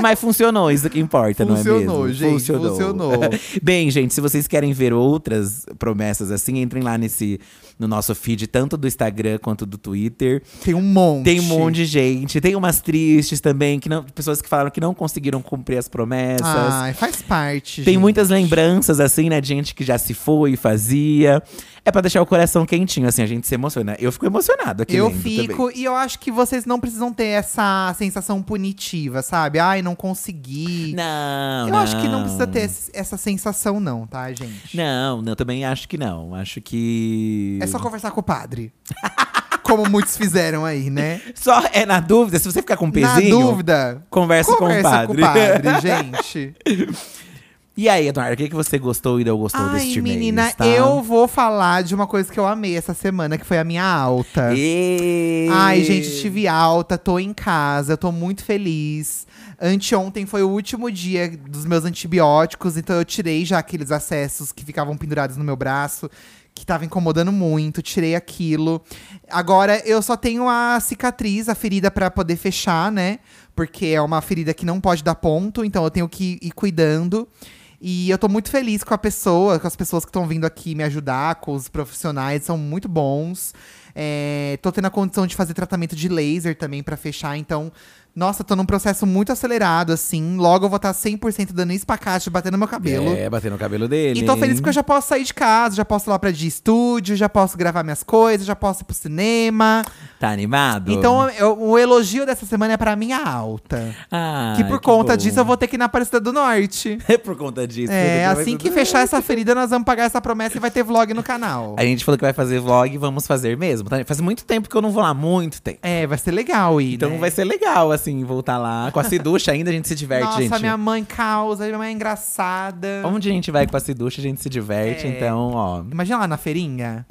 [SPEAKER 2] Mas funcionou, isso que importa, não é
[SPEAKER 1] Funcionou,
[SPEAKER 2] mesmo?
[SPEAKER 1] gente, funcionou.
[SPEAKER 2] Bem, gente, se vocês querem ver outras promessas assim, entrem lá nesse no nosso feed, tanto do Instagram quanto do Twitter.
[SPEAKER 1] Tem um monte.
[SPEAKER 2] Tem um monte de gente, tem umas tristes também, que não, pessoas que falaram que não conseguiram cumprir as promessas.
[SPEAKER 1] Ai, faz parte.
[SPEAKER 2] Tem
[SPEAKER 1] Ah, gente.
[SPEAKER 2] muitas lembranças, assim, né, de gente que já se foi e fazia. É pra deixar o coração quentinho, assim, a gente se emociona. Eu fico emocionado aqui
[SPEAKER 1] Eu
[SPEAKER 2] lendo também.
[SPEAKER 1] fico, e eu acho que vocês não precisam ter essa sensação punitiva, sabe? Ai, não consegui.
[SPEAKER 2] Não,
[SPEAKER 1] eu acho que não precisa ter
[SPEAKER 2] não.
[SPEAKER 1] esse- essa sensação, não, tá, gente?
[SPEAKER 2] Não, não, também acho que não. Acho que.
[SPEAKER 1] É só conversar com o padre. como muitos fizeram aí, né?
[SPEAKER 2] Só é na dúvida, se você ficar com um
[SPEAKER 1] Na
[SPEAKER 2] pezinho,
[SPEAKER 1] dúvida,
[SPEAKER 2] conversa,
[SPEAKER 1] conversa
[SPEAKER 2] com o padre.
[SPEAKER 1] gente.
[SPEAKER 2] E aí, Eduardo, o que, que você gostou e não gostou
[SPEAKER 1] Ai,
[SPEAKER 2] deste mês?
[SPEAKER 1] menina,
[SPEAKER 2] tá?
[SPEAKER 1] eu vou falar de uma coisa que eu amei essa semana, que foi a minha
[SPEAKER 2] É.
[SPEAKER 1] alta.
[SPEAKER 2] E...
[SPEAKER 1] Ai, gente, tive alta, tô em casa, tô muito feliz. Anteontem foi o último dia dos meus antibióticos, então eu tirei já aqueles acessos que ficavam pendurados no meu braço, que tava incomodando muito, tirei aquilo. Agora eu só tenho a cicatriz, a ferida pra poder fechar, né? Porque é uma ferida que não pode dar ponto, então eu tenho que ir cuidando. E eu tô muito feliz com a pessoa, com as pessoas que estão vindo aqui me ajudar, com os profissionais, são muito bons. É, tô tendo a condição de fazer tratamento de laser também pra fechar, então. Nossa, tô num processo muito acelerado, assim. Logo eu vou estar 100% dando espacate, batendo meu cabelo.
[SPEAKER 2] É, batendo o cabelo Então dele.
[SPEAKER 1] E tô Então, feliz
[SPEAKER 2] hein?
[SPEAKER 1] porque eu já posso sair de casa, já posso ir lá pra de estúdio, já posso gravar minhas coisas, já posso ir pro cinema.
[SPEAKER 2] Tá animado?
[SPEAKER 1] Então, eu- o elogio dessa semana é pra minha alta.
[SPEAKER 2] Ah,
[SPEAKER 1] que por conta
[SPEAKER 2] bom.
[SPEAKER 1] disso eu vou ter que ir na Aparecida do Norte.
[SPEAKER 2] É por conta disso.
[SPEAKER 1] É,
[SPEAKER 2] tudo vai-
[SPEAKER 1] assim que fechar essa ferida, nós vamos pagar essa promessa e vai ter vlog no canal.
[SPEAKER 2] A gente falou que vai fazer vlog, vamos fazer mesmo. Tá? Faz muito tempo que eu não vou lá, muito tempo.
[SPEAKER 1] É, vai ser legal ir,
[SPEAKER 2] Então
[SPEAKER 1] né?
[SPEAKER 2] vai ser legal, assim, voltar lá. Com a Ciducha ainda a gente se diverte,
[SPEAKER 1] Nossa,
[SPEAKER 2] gente.
[SPEAKER 1] minha mãe causa, minha mãe é engraçada.
[SPEAKER 2] Onde a gente vai com a Ciducha, a gente se
[SPEAKER 1] É.
[SPEAKER 2] diverte. Então, ó.
[SPEAKER 1] Imagina lá na feirinha.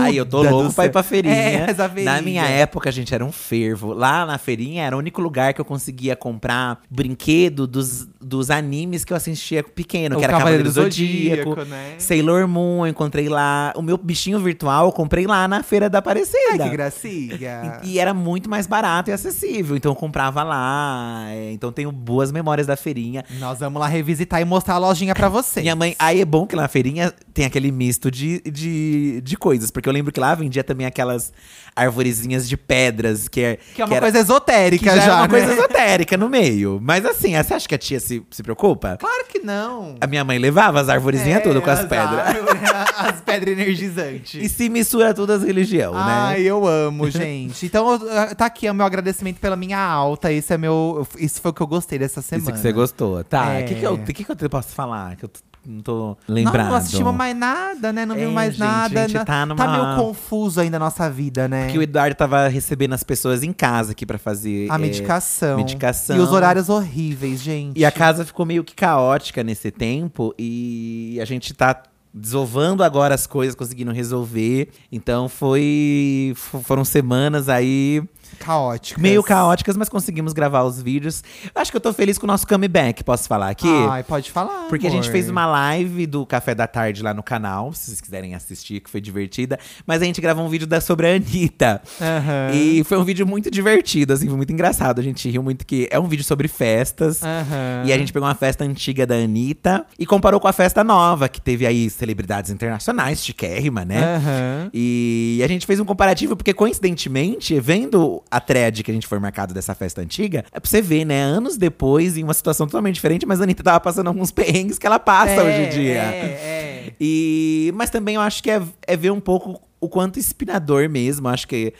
[SPEAKER 2] Ai, eu tô
[SPEAKER 1] Duda
[SPEAKER 2] louco
[SPEAKER 1] do
[SPEAKER 2] pra ir
[SPEAKER 1] céu.
[SPEAKER 2] pra feirinha.
[SPEAKER 1] É, essa
[SPEAKER 2] Na
[SPEAKER 1] feirinha.
[SPEAKER 2] minha época, a gente era um fervo. Lá na feirinha era o único lugar que eu conseguia comprar brinquedo dos, dos animes que eu assistia pequeno, que era Cavaleiro do Zodíaco.
[SPEAKER 1] né?
[SPEAKER 2] Sailor Moon, eu encontrei lá. O meu bichinho virtual eu comprei lá na Feira da
[SPEAKER 1] Ai,
[SPEAKER 2] Aparecida.
[SPEAKER 1] que gracinha.
[SPEAKER 2] E, e era muito mais barato e acessível. Então eu comprava lá. é, Então tenho boas memórias da feirinha.
[SPEAKER 1] Nós vamos lá revisitar e mostrar a lojinha pra vocês.
[SPEAKER 2] Minha mãe, aí é bom que lá na feirinha tem aquele misto de, de, de coisas. Porque eu lembro que lá vendia também aquelas arvorezinhas de pedras, que é.
[SPEAKER 1] Que é uma
[SPEAKER 2] era-
[SPEAKER 1] coisa
[SPEAKER 2] que
[SPEAKER 1] esotérica
[SPEAKER 2] já,
[SPEAKER 1] já,
[SPEAKER 2] era uma
[SPEAKER 1] né?
[SPEAKER 2] coisa esotérica no meio. Mas assim, você acha que a tia se, se preocupa?
[SPEAKER 1] Claro que não.
[SPEAKER 2] A minha mãe levava as arvorezinhas
[SPEAKER 1] É,
[SPEAKER 2] tudo com as
[SPEAKER 1] as
[SPEAKER 2] pedras.
[SPEAKER 1] árvores, as pedras energizantes.
[SPEAKER 2] E se mistura todas as religiões, né?
[SPEAKER 1] Ai, eu amo, gente. Então, eu- eu- tá aqui o meu agradecimento pela minha alta. Esse é meu. Isso foi o que eu gostei dessa semana.
[SPEAKER 2] Isso que você gostou. Tá, o
[SPEAKER 1] É.
[SPEAKER 2] que, que, eu, que, que eu te posso falar? Que eu t- não tô
[SPEAKER 1] Não,
[SPEAKER 2] lembrado.
[SPEAKER 1] Não assistimos mais nada, né? Não
[SPEAKER 2] É,
[SPEAKER 1] vimos mais
[SPEAKER 2] gente, a
[SPEAKER 1] nada.
[SPEAKER 2] gente
[SPEAKER 1] na-
[SPEAKER 2] tá numa-
[SPEAKER 1] meio confuso ainda a nossa vida, né?
[SPEAKER 2] Que o Eduardo tava recebendo as pessoas em casa aqui pra fazer
[SPEAKER 1] a
[SPEAKER 2] é,
[SPEAKER 1] medicação.
[SPEAKER 2] medicação.
[SPEAKER 1] E os horários horríveis, gente.
[SPEAKER 2] E a casa ficou meio que caótica nesse tempo e a gente tá desovando agora as coisas, conseguindo resolver. Então foi fo- foram semanas aí
[SPEAKER 1] Caótico.
[SPEAKER 2] meio caóticas, mas conseguimos gravar os vídeos. Acho que eu tô feliz com o nosso comeback, posso falar aqui?
[SPEAKER 1] Ai, pode falar.
[SPEAKER 2] Porque a gente
[SPEAKER 1] amor.
[SPEAKER 2] fez uma live do Café da Tarde lá no canal, se vocês quiserem assistir, que foi divertida. Mas a gente gravou um vídeo da, sobre a Anitta.
[SPEAKER 1] Aham.
[SPEAKER 2] E foi um vídeo muito divertido, assim, foi muito engraçado. A gente riu muito que é um vídeo sobre festas.
[SPEAKER 1] Aham.
[SPEAKER 2] E a gente pegou uma festa antiga da Anitta e comparou com a festa nova, que teve aí celebridades internacionais, chiquérrima, né?
[SPEAKER 1] Aham.
[SPEAKER 2] E a gente fez um comparativo, porque coincidentemente, vendo a thread que a gente foi marcado dessa festa antiga, é pra você ver, né? Anos depois, em uma situação totalmente diferente, mas a Anitta tava passando alguns perrengues que ela passa
[SPEAKER 1] É,
[SPEAKER 2] hoje em dia.
[SPEAKER 1] É, é.
[SPEAKER 2] E, mas também eu acho que é, é ver um pouco o quanto inspirador mesmo. Acho que,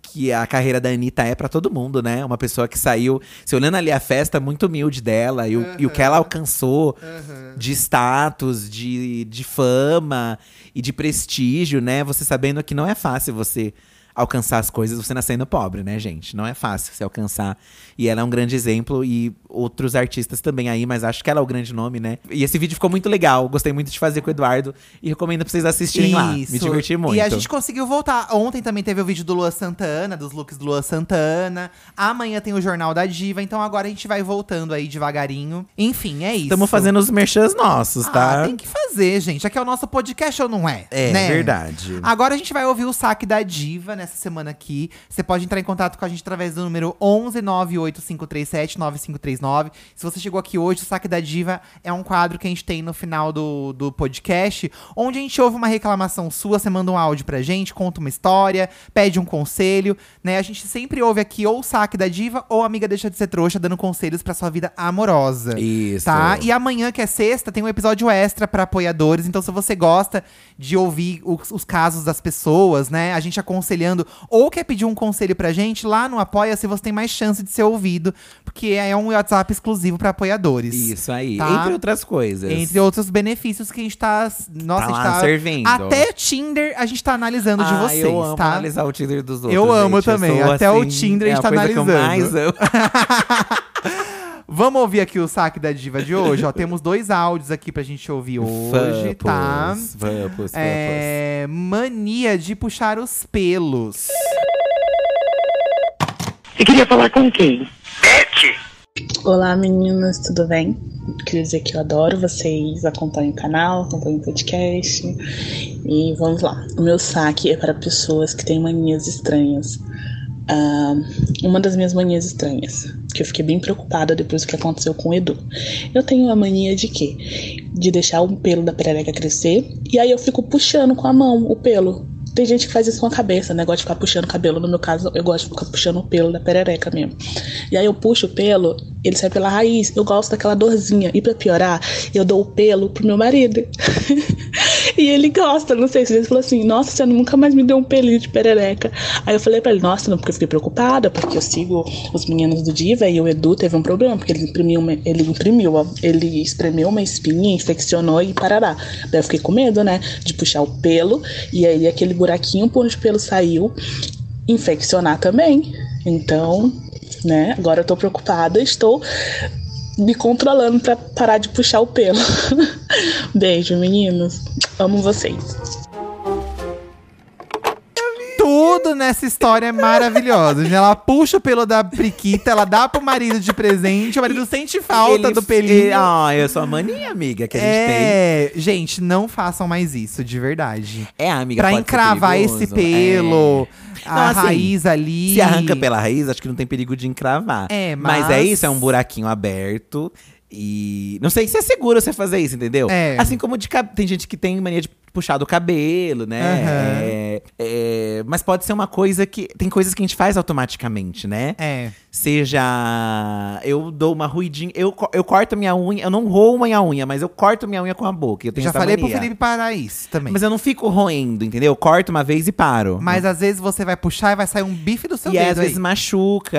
[SPEAKER 2] que a carreira da Anitta é pra todo mundo, né? Uma pessoa que saiu, se olhando ali a festa muito humilde dela e, o, e o que ela alcançou
[SPEAKER 1] é.
[SPEAKER 2] de status, de, de fama e de prestígio, né? Você sabendo que não é fácil você. Alcançar as coisas você nascendo pobre, né, gente? Não é fácil se alcançar. E ela é um grande exemplo, e outros artistas também aí, mas acho que ela é o grande nome, né? E esse vídeo ficou muito legal, gostei muito de fazer com o Eduardo, e recomendo pra vocês assistirem lá. Me
[SPEAKER 1] Isso.
[SPEAKER 2] diverti muito.
[SPEAKER 1] E a gente conseguiu voltar. Ontem também teve o vídeo do Lua Santana, dos looks do Lua Santana. Amanhã tem o Jornal da Diva, então agora a gente vai voltando aí devagarinho. Enfim, é isso.
[SPEAKER 2] Estamos fazendo os merchans nossos, tá?
[SPEAKER 1] Ah, tem que fazer, gente. Aqui é o nosso podcast ou não é?
[SPEAKER 2] É,
[SPEAKER 1] Né?
[SPEAKER 2] verdade.
[SPEAKER 1] Agora a gente vai ouvir o saque da diva nessa semana aqui. Você pode entrar em contato com a gente através do número 11985379539. Se você chegou aqui hoje, o saque da diva é um quadro que a gente tem no final do, do podcast, onde a gente ouve uma reclamação sua, você manda um áudio pra gente, conta uma história, pede um conselho, né? A gente sempre ouve aqui ou o saque da diva ou a amiga deixa de ser trouxa dando conselhos pra sua vida amorosa.
[SPEAKER 2] Isso.
[SPEAKER 1] Tá? E amanhã, que é sexta, tem um episódio extra pra apoiadores. Então, se você gosta de ouvir os, os casos das pessoas, né? A gente aconselhando escutando ou quer pedir um conselho pra gente, lá no Apoia-se você tem mais chance de ser ouvido, porque é um WhatsApp exclusivo pra apoiadores.
[SPEAKER 2] Isso aí.
[SPEAKER 1] Tá?
[SPEAKER 2] Entre outras coisas.
[SPEAKER 1] Entre outros benefícios que a gente tá. Nossa,
[SPEAKER 2] Tá
[SPEAKER 1] a gente
[SPEAKER 2] lá
[SPEAKER 1] tá.
[SPEAKER 2] servindo.
[SPEAKER 1] Até Tinder a gente tá analisando de
[SPEAKER 2] Ah,
[SPEAKER 1] vocês,
[SPEAKER 2] eu amo
[SPEAKER 1] tá?
[SPEAKER 2] analisar o Tinder dos outros.
[SPEAKER 1] Eu amo
[SPEAKER 2] gente.
[SPEAKER 1] também.
[SPEAKER 2] sou
[SPEAKER 1] Até o
[SPEAKER 2] assim,
[SPEAKER 1] Tinder a
[SPEAKER 2] é
[SPEAKER 1] gente tá
[SPEAKER 2] coisa que eu
[SPEAKER 1] analisando.
[SPEAKER 2] mais amo.
[SPEAKER 1] Vamos ouvir aqui o saque da diva de hoje, ó. Temos dois áudios aqui pra gente ouvir hoje,
[SPEAKER 2] Vamos,
[SPEAKER 1] tá?
[SPEAKER 2] Vamos, vamos.
[SPEAKER 1] É, mania de puxar os pelos.
[SPEAKER 3] E queria falar com quem?
[SPEAKER 4] Olá meninas, tudo bem? Queria dizer que eu adoro vocês, acompanho o canal, acompanho o podcast. E vamos lá. O meu saque é para pessoas que têm manias estranhas. Ah, uma das minhas manias estranhas, que eu fiquei bem preocupada depois do que aconteceu com o Edu. Eu tenho a mania de quê? De deixar o pelo da perereca crescer e aí eu fico puxando com a mão o pelo. Tem gente que faz isso com a cabeça, né? Gosta de ficar puxando o cabelo. No meu caso, eu gosto de ficar puxando o pelo da perereca mesmo. E aí eu puxo o pelo, ele sai pela raiz. Eu gosto daquela dorzinha. E pra piorar, eu dou o pelo pro meu marido. e ele gosta, não sei. se Ele falou assim: Nossa, você nunca mais me deu um pelinho de perereca. Aí eu falei pra ele: Nossa, não, porque eu fiquei preocupada, porque eu sigo os meninos do Diva e o Edu teve um problema, porque ele imprimiu, uma- ele imprimiu, ó, ele espremeu uma espinha, infeccionou e parará. Daí eu fiquei com medo, né, de puxar o pelo. E aí aquele buraquinho por onde o pelo saiu infeccionar também. Então, né, agora eu tô preocupada, estou me controlando pra parar de puxar o pelo. Beijo, meninos. Amo vocês.
[SPEAKER 1] Tudo nessa história é maravilhoso. gente. Ela puxa o pelo da Priquita, ela dá pro marido de presente, o marido sente falta
[SPEAKER 2] Ele-
[SPEAKER 1] tá do pelinho.
[SPEAKER 2] ele- Ah, eu sou a mania, amiga, que a gente tem.
[SPEAKER 1] é, gente, não façam mais isso, de verdade.
[SPEAKER 2] É, amiga,
[SPEAKER 1] pra
[SPEAKER 2] pode ser
[SPEAKER 1] encravar
[SPEAKER 2] perigoso. É.
[SPEAKER 1] esse pelo, a
[SPEAKER 2] Não, assim,
[SPEAKER 1] raiz
[SPEAKER 2] É.
[SPEAKER 1] ali.
[SPEAKER 2] Se arranca pela raiz, acho que não tem perigo de encravar.
[SPEAKER 1] É, mas
[SPEAKER 2] é isso, é um buraquinho aberto. E não sei se é seguro você fazer isso, entendeu?
[SPEAKER 1] É.
[SPEAKER 2] Assim como de cab- tem gente que tem mania de puxar do cabelo, né?
[SPEAKER 1] Aham.
[SPEAKER 2] É, é, mas pode ser uma coisa que. Tem coisas que a gente faz automaticamente, né?
[SPEAKER 1] É.
[SPEAKER 2] Seja. Eu dou uma ruidinha. Eu, co- eu corto minha unha. Eu não roo minha unha, mas eu corto minha unha com a boca. Eu tenho
[SPEAKER 1] Já
[SPEAKER 2] essa
[SPEAKER 1] falei
[SPEAKER 2] mania.
[SPEAKER 1] pro Felipe parar isso também. Mas,
[SPEAKER 2] Mas eu não fico roendo, entendeu? Eu corto uma vez e paro.
[SPEAKER 1] às vezes você vai puxar e vai sair um bife do seu
[SPEAKER 2] e aí, às
[SPEAKER 1] dedo aí.
[SPEAKER 2] vezes machuca.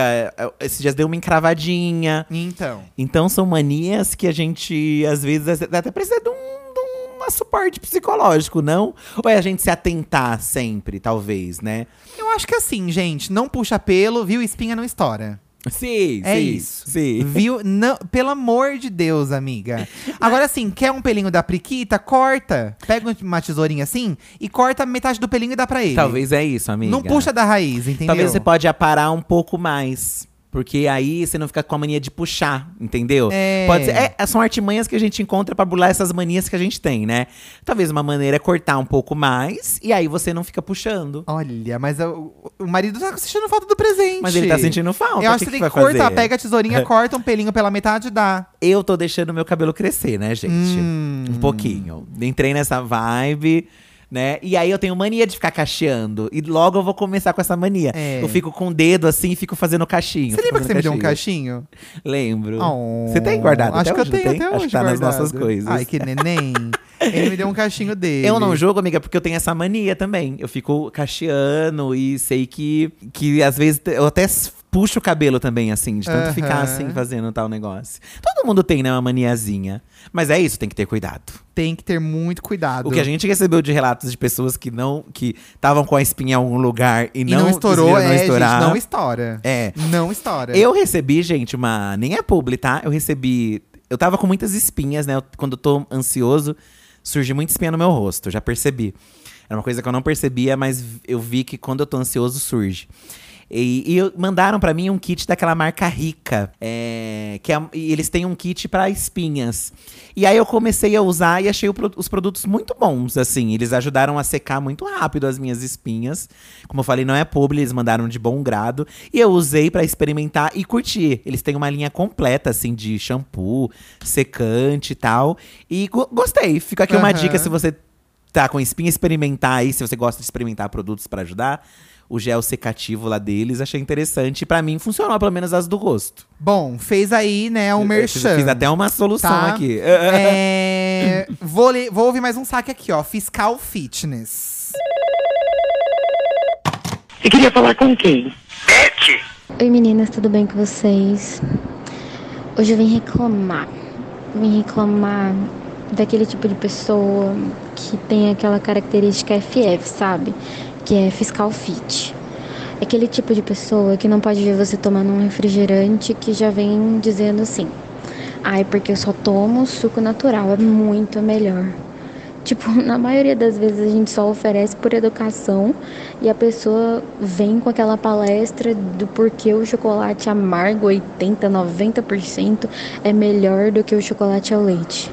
[SPEAKER 2] Esses dias deu uma encravadinha.
[SPEAKER 1] Então.
[SPEAKER 2] Então são manias que a gente, às vezes, até precisa de um, de um suporte psicológico, não? Ou é a gente se atentar sempre, talvez, né?
[SPEAKER 1] Eu acho que assim, gente, não puxa pelo, viu? Espinha não estoura.
[SPEAKER 2] Sim,
[SPEAKER 1] É
[SPEAKER 2] sim,
[SPEAKER 1] isso.
[SPEAKER 2] Sim.
[SPEAKER 1] Viu? Não, pelo amor de Deus, amiga. Agora assim, quer um pelinho da priquita? Corta. Pega uma tesourinha assim e corta metade do pelinho e dá pra ele.
[SPEAKER 2] Talvez é isso, amiga.
[SPEAKER 1] Não puxa da raiz, entendeu?
[SPEAKER 2] Talvez você pode aparar um pouco mais. Porque aí você não fica com a mania de puxar, entendeu?
[SPEAKER 1] É.
[SPEAKER 2] Pode ser- é, são artimanhas que a gente encontra pra burlar essas manias que a gente tem, né? Talvez uma maneira é cortar um pouco mais e aí você não fica puxando.
[SPEAKER 1] Olha, mas eu- o marido tá sentindo falta do presente.
[SPEAKER 2] Mas ele tá sentindo falta.
[SPEAKER 1] Eu
[SPEAKER 2] o
[SPEAKER 1] acho que
[SPEAKER 2] que
[SPEAKER 1] tem
[SPEAKER 2] vai
[SPEAKER 1] que cortar,
[SPEAKER 2] fazer?
[SPEAKER 1] pega a tesourinha, corta um pelinho pela metade e dá.
[SPEAKER 2] Eu tô deixando meu cabelo crescer, né, gente?
[SPEAKER 1] Hum.
[SPEAKER 2] Um pouquinho. Entrei nessa vibe, né? E aí eu tenho mania de ficar cacheando. E logo eu vou começar com essa mania.
[SPEAKER 1] É.
[SPEAKER 2] Eu fico com o dedo assim e fico fazendo cachinho.
[SPEAKER 1] Você
[SPEAKER 2] fico
[SPEAKER 1] lembra que você me deu um
[SPEAKER 2] fazendo
[SPEAKER 1] cachinho?
[SPEAKER 2] Lembro.
[SPEAKER 1] Oh,
[SPEAKER 2] Você tem guardado
[SPEAKER 1] Acho
[SPEAKER 2] até
[SPEAKER 1] que
[SPEAKER 2] hoje,
[SPEAKER 1] eu
[SPEAKER 2] não
[SPEAKER 1] tenho
[SPEAKER 2] tem?
[SPEAKER 1] até
[SPEAKER 2] Acho
[SPEAKER 1] hoje
[SPEAKER 2] que tá nas
[SPEAKER 1] guardado.
[SPEAKER 2] nossas coisas.
[SPEAKER 1] Ai, que neném. Ele me deu um cachinho dele.
[SPEAKER 2] Eu não jogo, amiga, porque eu tenho essa mania também. Eu fico cacheando e sei que, que às vezes eu até s- puxo o cabelo também, assim, de tanto
[SPEAKER 1] Aham.
[SPEAKER 2] ficar assim fazendo tal negócio. Todo mundo tem, né, uma maniazinha. Mas é isso, tem que ter cuidado.
[SPEAKER 1] Tem que ter muito cuidado.
[SPEAKER 2] O que a gente recebeu de relatos de pessoas que não que estavam com a espinha em algum lugar e,
[SPEAKER 1] e não, estourou,
[SPEAKER 2] conseguiram
[SPEAKER 1] é,
[SPEAKER 2] não
[SPEAKER 1] gente,
[SPEAKER 2] estourar.
[SPEAKER 1] não estoura.
[SPEAKER 2] é.
[SPEAKER 1] Não estoura.
[SPEAKER 2] Eu recebi, gente, uma. Nem é publi, tá? Eu recebi. Eu tava com muitas espinhas, né? Eu- Quando eu tô ansioso, surge muita espinha no meu rosto, já percebi. Era uma coisa que eu não percebia, mas v- eu vi que quando eu tô ansioso, surge. E, e eu- mandaram pra mim um kit daquela marca Rica. é, que é- e eles têm um kit pra espinhas. E aí eu comecei a usar e achei o pro- os produtos muito bons, assim. Eles ajudaram a secar muito rápido as minhas espinhas. Como eu falei, não é publi, eles mandaram de bom grado. E eu usei pra experimentar e curtir. Eles têm uma linha completa, assim, de shampoo, secante e tal. E go- gostei. Fica aqui uma
[SPEAKER 1] Aham.
[SPEAKER 2] dica se você tá com espinha, experimentar aí. Se você gosta de experimentar produtos pra ajudar. O gel secativo lá deles, achei interessante. Pra mim, funcionou, pelo menos as do rosto.
[SPEAKER 1] Bom, fez aí, né, um
[SPEAKER 2] Eu fiz-
[SPEAKER 1] merchan.
[SPEAKER 2] Fiz até uma solução
[SPEAKER 1] tá?
[SPEAKER 2] aqui. é.
[SPEAKER 1] É, vou, ler- vou ouvir mais um saque aqui, ó. Fiscal Fitness.
[SPEAKER 3] Você queria falar com quem?
[SPEAKER 5] Oi meninas, tudo bem com vocês? Hoje eu vim reclamar. Vim reclamar daquele tipo de pessoa que tem aquela característica FF, sabe? Que é fiscal fit. Aquele tipo de pessoa que não pode ver você tomando um refrigerante que já vem dizendo assim: "Ai, porque eu só tomo suco natural, é muito melhor". Tipo, na maioria das vezes a gente só oferece por educação e a pessoa vem com aquela palestra do porquê o chocolate amargo 80, 90% é melhor do que o chocolate ao leite.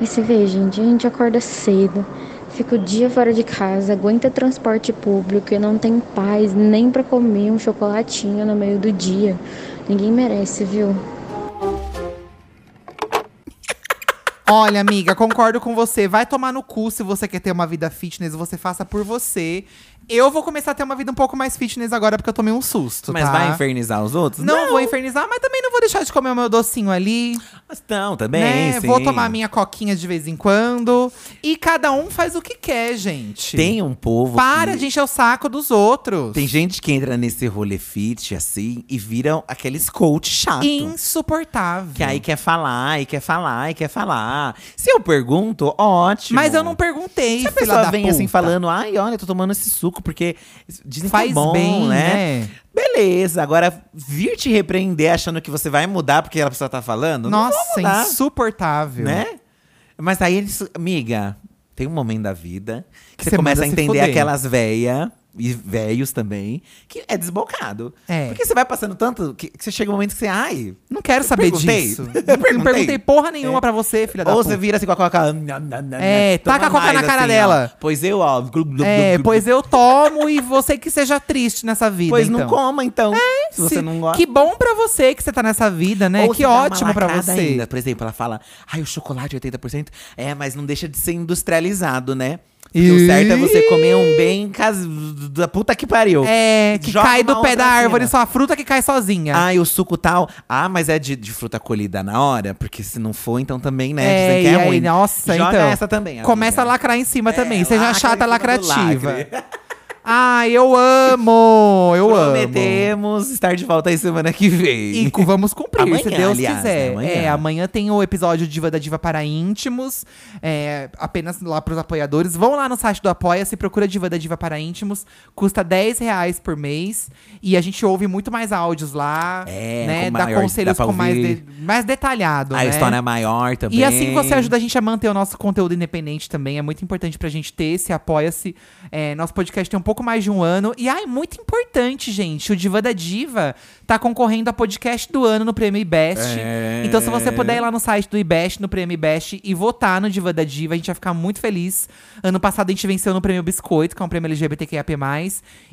[SPEAKER 5] Aí você vê, gente, a gente acorda cedo, fica o dia fora de casa, aguenta transporte público e não tem paz nem pra comer um chocolatinho no meio do dia. Ninguém merece, viu?
[SPEAKER 1] Olha, amiga, concordo com você. Vai tomar no cu se você quer ter uma vida fitness, você faça por você. Eu vou começar a ter uma vida um pouco mais fitness agora, porque eu tomei um susto.
[SPEAKER 2] Mas
[SPEAKER 1] tá?
[SPEAKER 2] vai infernizar os outros?
[SPEAKER 1] Não, vou infernizar, mas também não vou deixar de comer o meu docinho ali.
[SPEAKER 2] Mas não, também.
[SPEAKER 1] né?
[SPEAKER 2] sim.
[SPEAKER 1] Vou tomar minha coquinha de vez em quando. E cada um faz o que quer, gente.
[SPEAKER 2] Tem um povo.
[SPEAKER 1] Para
[SPEAKER 2] que-
[SPEAKER 1] de encher o saco dos outros.
[SPEAKER 2] Tem gente que entra nesse rolê fit, assim, e viram aqueles coach chato.
[SPEAKER 1] Insuportável.
[SPEAKER 2] Que aí quer falar, e quer falar, e quer falar. Se eu pergunto, ótimo.
[SPEAKER 1] Mas eu não perguntei,
[SPEAKER 2] Se a
[SPEAKER 1] filha
[SPEAKER 2] pessoa
[SPEAKER 1] da
[SPEAKER 2] vem
[SPEAKER 1] puta.
[SPEAKER 2] assim falando, ai, olha, eu tô tomando esse suco porque dizem
[SPEAKER 1] Faz
[SPEAKER 2] que é bom,
[SPEAKER 1] bem, né?
[SPEAKER 2] Beleza, agora vir te repreender achando que você vai mudar porque a pessoa tá falando. não vai
[SPEAKER 1] Nossa,
[SPEAKER 2] mudar,
[SPEAKER 1] insuportável.
[SPEAKER 2] né? Mas aí eles, amiga, tem um momento da vida
[SPEAKER 1] Que
[SPEAKER 2] que, você
[SPEAKER 1] você
[SPEAKER 2] começa a
[SPEAKER 1] manda se
[SPEAKER 2] entender
[SPEAKER 1] fuder.
[SPEAKER 2] aquelas véia e velhos também, que é desbocado.
[SPEAKER 1] É.
[SPEAKER 2] Porque você vai passando tanto que, que você chega um momento que você, ai,
[SPEAKER 1] Não quero saber
[SPEAKER 2] perguntei.
[SPEAKER 1] disso.
[SPEAKER 2] Eu
[SPEAKER 1] Não
[SPEAKER 2] perguntei. É.
[SPEAKER 1] perguntei porra nenhuma pra você, filha da
[SPEAKER 2] Ou
[SPEAKER 1] puta.
[SPEAKER 2] você vira assim com a coca.
[SPEAKER 1] É, taca a Coca na cara dela.
[SPEAKER 2] pois eu, assim, ó.
[SPEAKER 1] É, pois eu tomo e você que seja triste nessa vida,
[SPEAKER 2] Pois
[SPEAKER 1] então. É,
[SPEAKER 2] não coma, então. se você
[SPEAKER 1] Se-
[SPEAKER 2] não gosta.
[SPEAKER 1] Que bom pra você que você tá nessa vida, né?
[SPEAKER 2] Ou
[SPEAKER 1] que
[SPEAKER 2] se dá uma
[SPEAKER 1] ótimo pra
[SPEAKER 2] lacrada
[SPEAKER 1] você.
[SPEAKER 2] Ainda. Por exemplo, ela fala: ai, o chocolate 80%. É, mas não deixa de ser industrializado, né? Porque o
[SPEAKER 1] Ih!
[SPEAKER 2] certo é você comer um bem cas... da puta que pariu.
[SPEAKER 1] É, que
[SPEAKER 2] Joga
[SPEAKER 1] cai
[SPEAKER 2] uma
[SPEAKER 1] do pé
[SPEAKER 2] outra
[SPEAKER 1] da árvore,
[SPEAKER 2] cena.
[SPEAKER 1] só a fruta que cai sozinha.
[SPEAKER 2] Ai, o suco tal. Ah, mas é de, de fruta colhida na hora? Porque se não for, então também, né?
[SPEAKER 1] É,
[SPEAKER 2] dizem
[SPEAKER 1] e
[SPEAKER 2] que é
[SPEAKER 1] aí,
[SPEAKER 2] ruim.
[SPEAKER 1] nossa,
[SPEAKER 2] Joga
[SPEAKER 1] então.
[SPEAKER 2] essa também.
[SPEAKER 1] Começa a
[SPEAKER 2] amiga.
[SPEAKER 1] lacrar em cima
[SPEAKER 2] É,
[SPEAKER 1] também. Seja
[SPEAKER 2] lacra
[SPEAKER 1] chata,
[SPEAKER 2] em cima do
[SPEAKER 1] lacrativa.
[SPEAKER 2] lacre.
[SPEAKER 1] Ai, eu amo, eu amo.
[SPEAKER 2] Prometemos estar de volta aí semana que vem.
[SPEAKER 1] E cu- vamos cumprir,
[SPEAKER 2] Amanhã,
[SPEAKER 1] se Deus
[SPEAKER 2] aliás,
[SPEAKER 1] quiser.
[SPEAKER 2] né? Amanhã.
[SPEAKER 1] É, amanhã tem o episódio Diva da Diva para íntimos. É, apenas lá pros apoiadores. Vão lá no site do Apoia-se, procura Diva da Diva para íntimos. Custa 10 reais por mês. E a gente ouve muito mais áudios lá.
[SPEAKER 2] É,
[SPEAKER 1] né?
[SPEAKER 2] com
[SPEAKER 1] Dá
[SPEAKER 2] maior-
[SPEAKER 1] conselhos
[SPEAKER 2] dá pra
[SPEAKER 1] com mais,
[SPEAKER 2] ouvir.
[SPEAKER 1] de- mais detalhado,
[SPEAKER 2] a
[SPEAKER 1] né?
[SPEAKER 2] história maior também.
[SPEAKER 1] E assim você ajuda a gente a manter o nosso conteúdo independente também. É muito importante pra gente ter esse apoia-se. É, nosso podcast tem um pouco mais de um ano. E ah, é muito importante, gente. O Diva da Diva tá concorrendo a podcast do ano no Prêmio IBEST.
[SPEAKER 2] É.
[SPEAKER 1] Então, se você puder ir lá no site do IBEST, no Prêmio IBEST, e votar no Diva da Diva, a gente vai ficar muito feliz. Ano passado a gente venceu no Prêmio Biscoito, que é um prêmio LGBTQIAP+.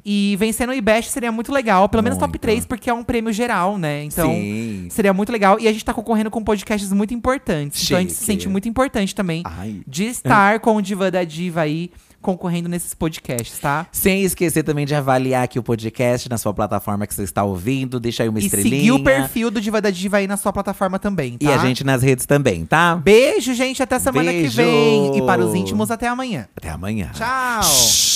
[SPEAKER 1] E vencer no IBEST seria muito legal. Pelo menos top
[SPEAKER 2] Muito.
[SPEAKER 1] 3, porque é um prêmio geral, né? Então,
[SPEAKER 2] Sim.
[SPEAKER 1] Seria muito legal. E a gente tá concorrendo com podcasts muito importantes. Então a gente se
[SPEAKER 2] Chique. Ah.
[SPEAKER 1] sente muito importante também
[SPEAKER 2] Ai.
[SPEAKER 1] de estar com o Diva da Diva aí concorrendo nesses podcasts, tá?
[SPEAKER 2] Sem esquecer também de avaliar aqui o podcast na sua plataforma que você está ouvindo. Deixa aí uma
[SPEAKER 1] E
[SPEAKER 2] estrelinha.
[SPEAKER 1] seguir o perfil do Diva da Diva aí na sua plataforma também, tá?
[SPEAKER 2] E a gente nas redes também, tá?
[SPEAKER 1] Beijo, gente. Até semana
[SPEAKER 2] Beijo.
[SPEAKER 1] que vem. E para os íntimos, até amanhã.
[SPEAKER 2] Até amanhã.
[SPEAKER 1] Tchau!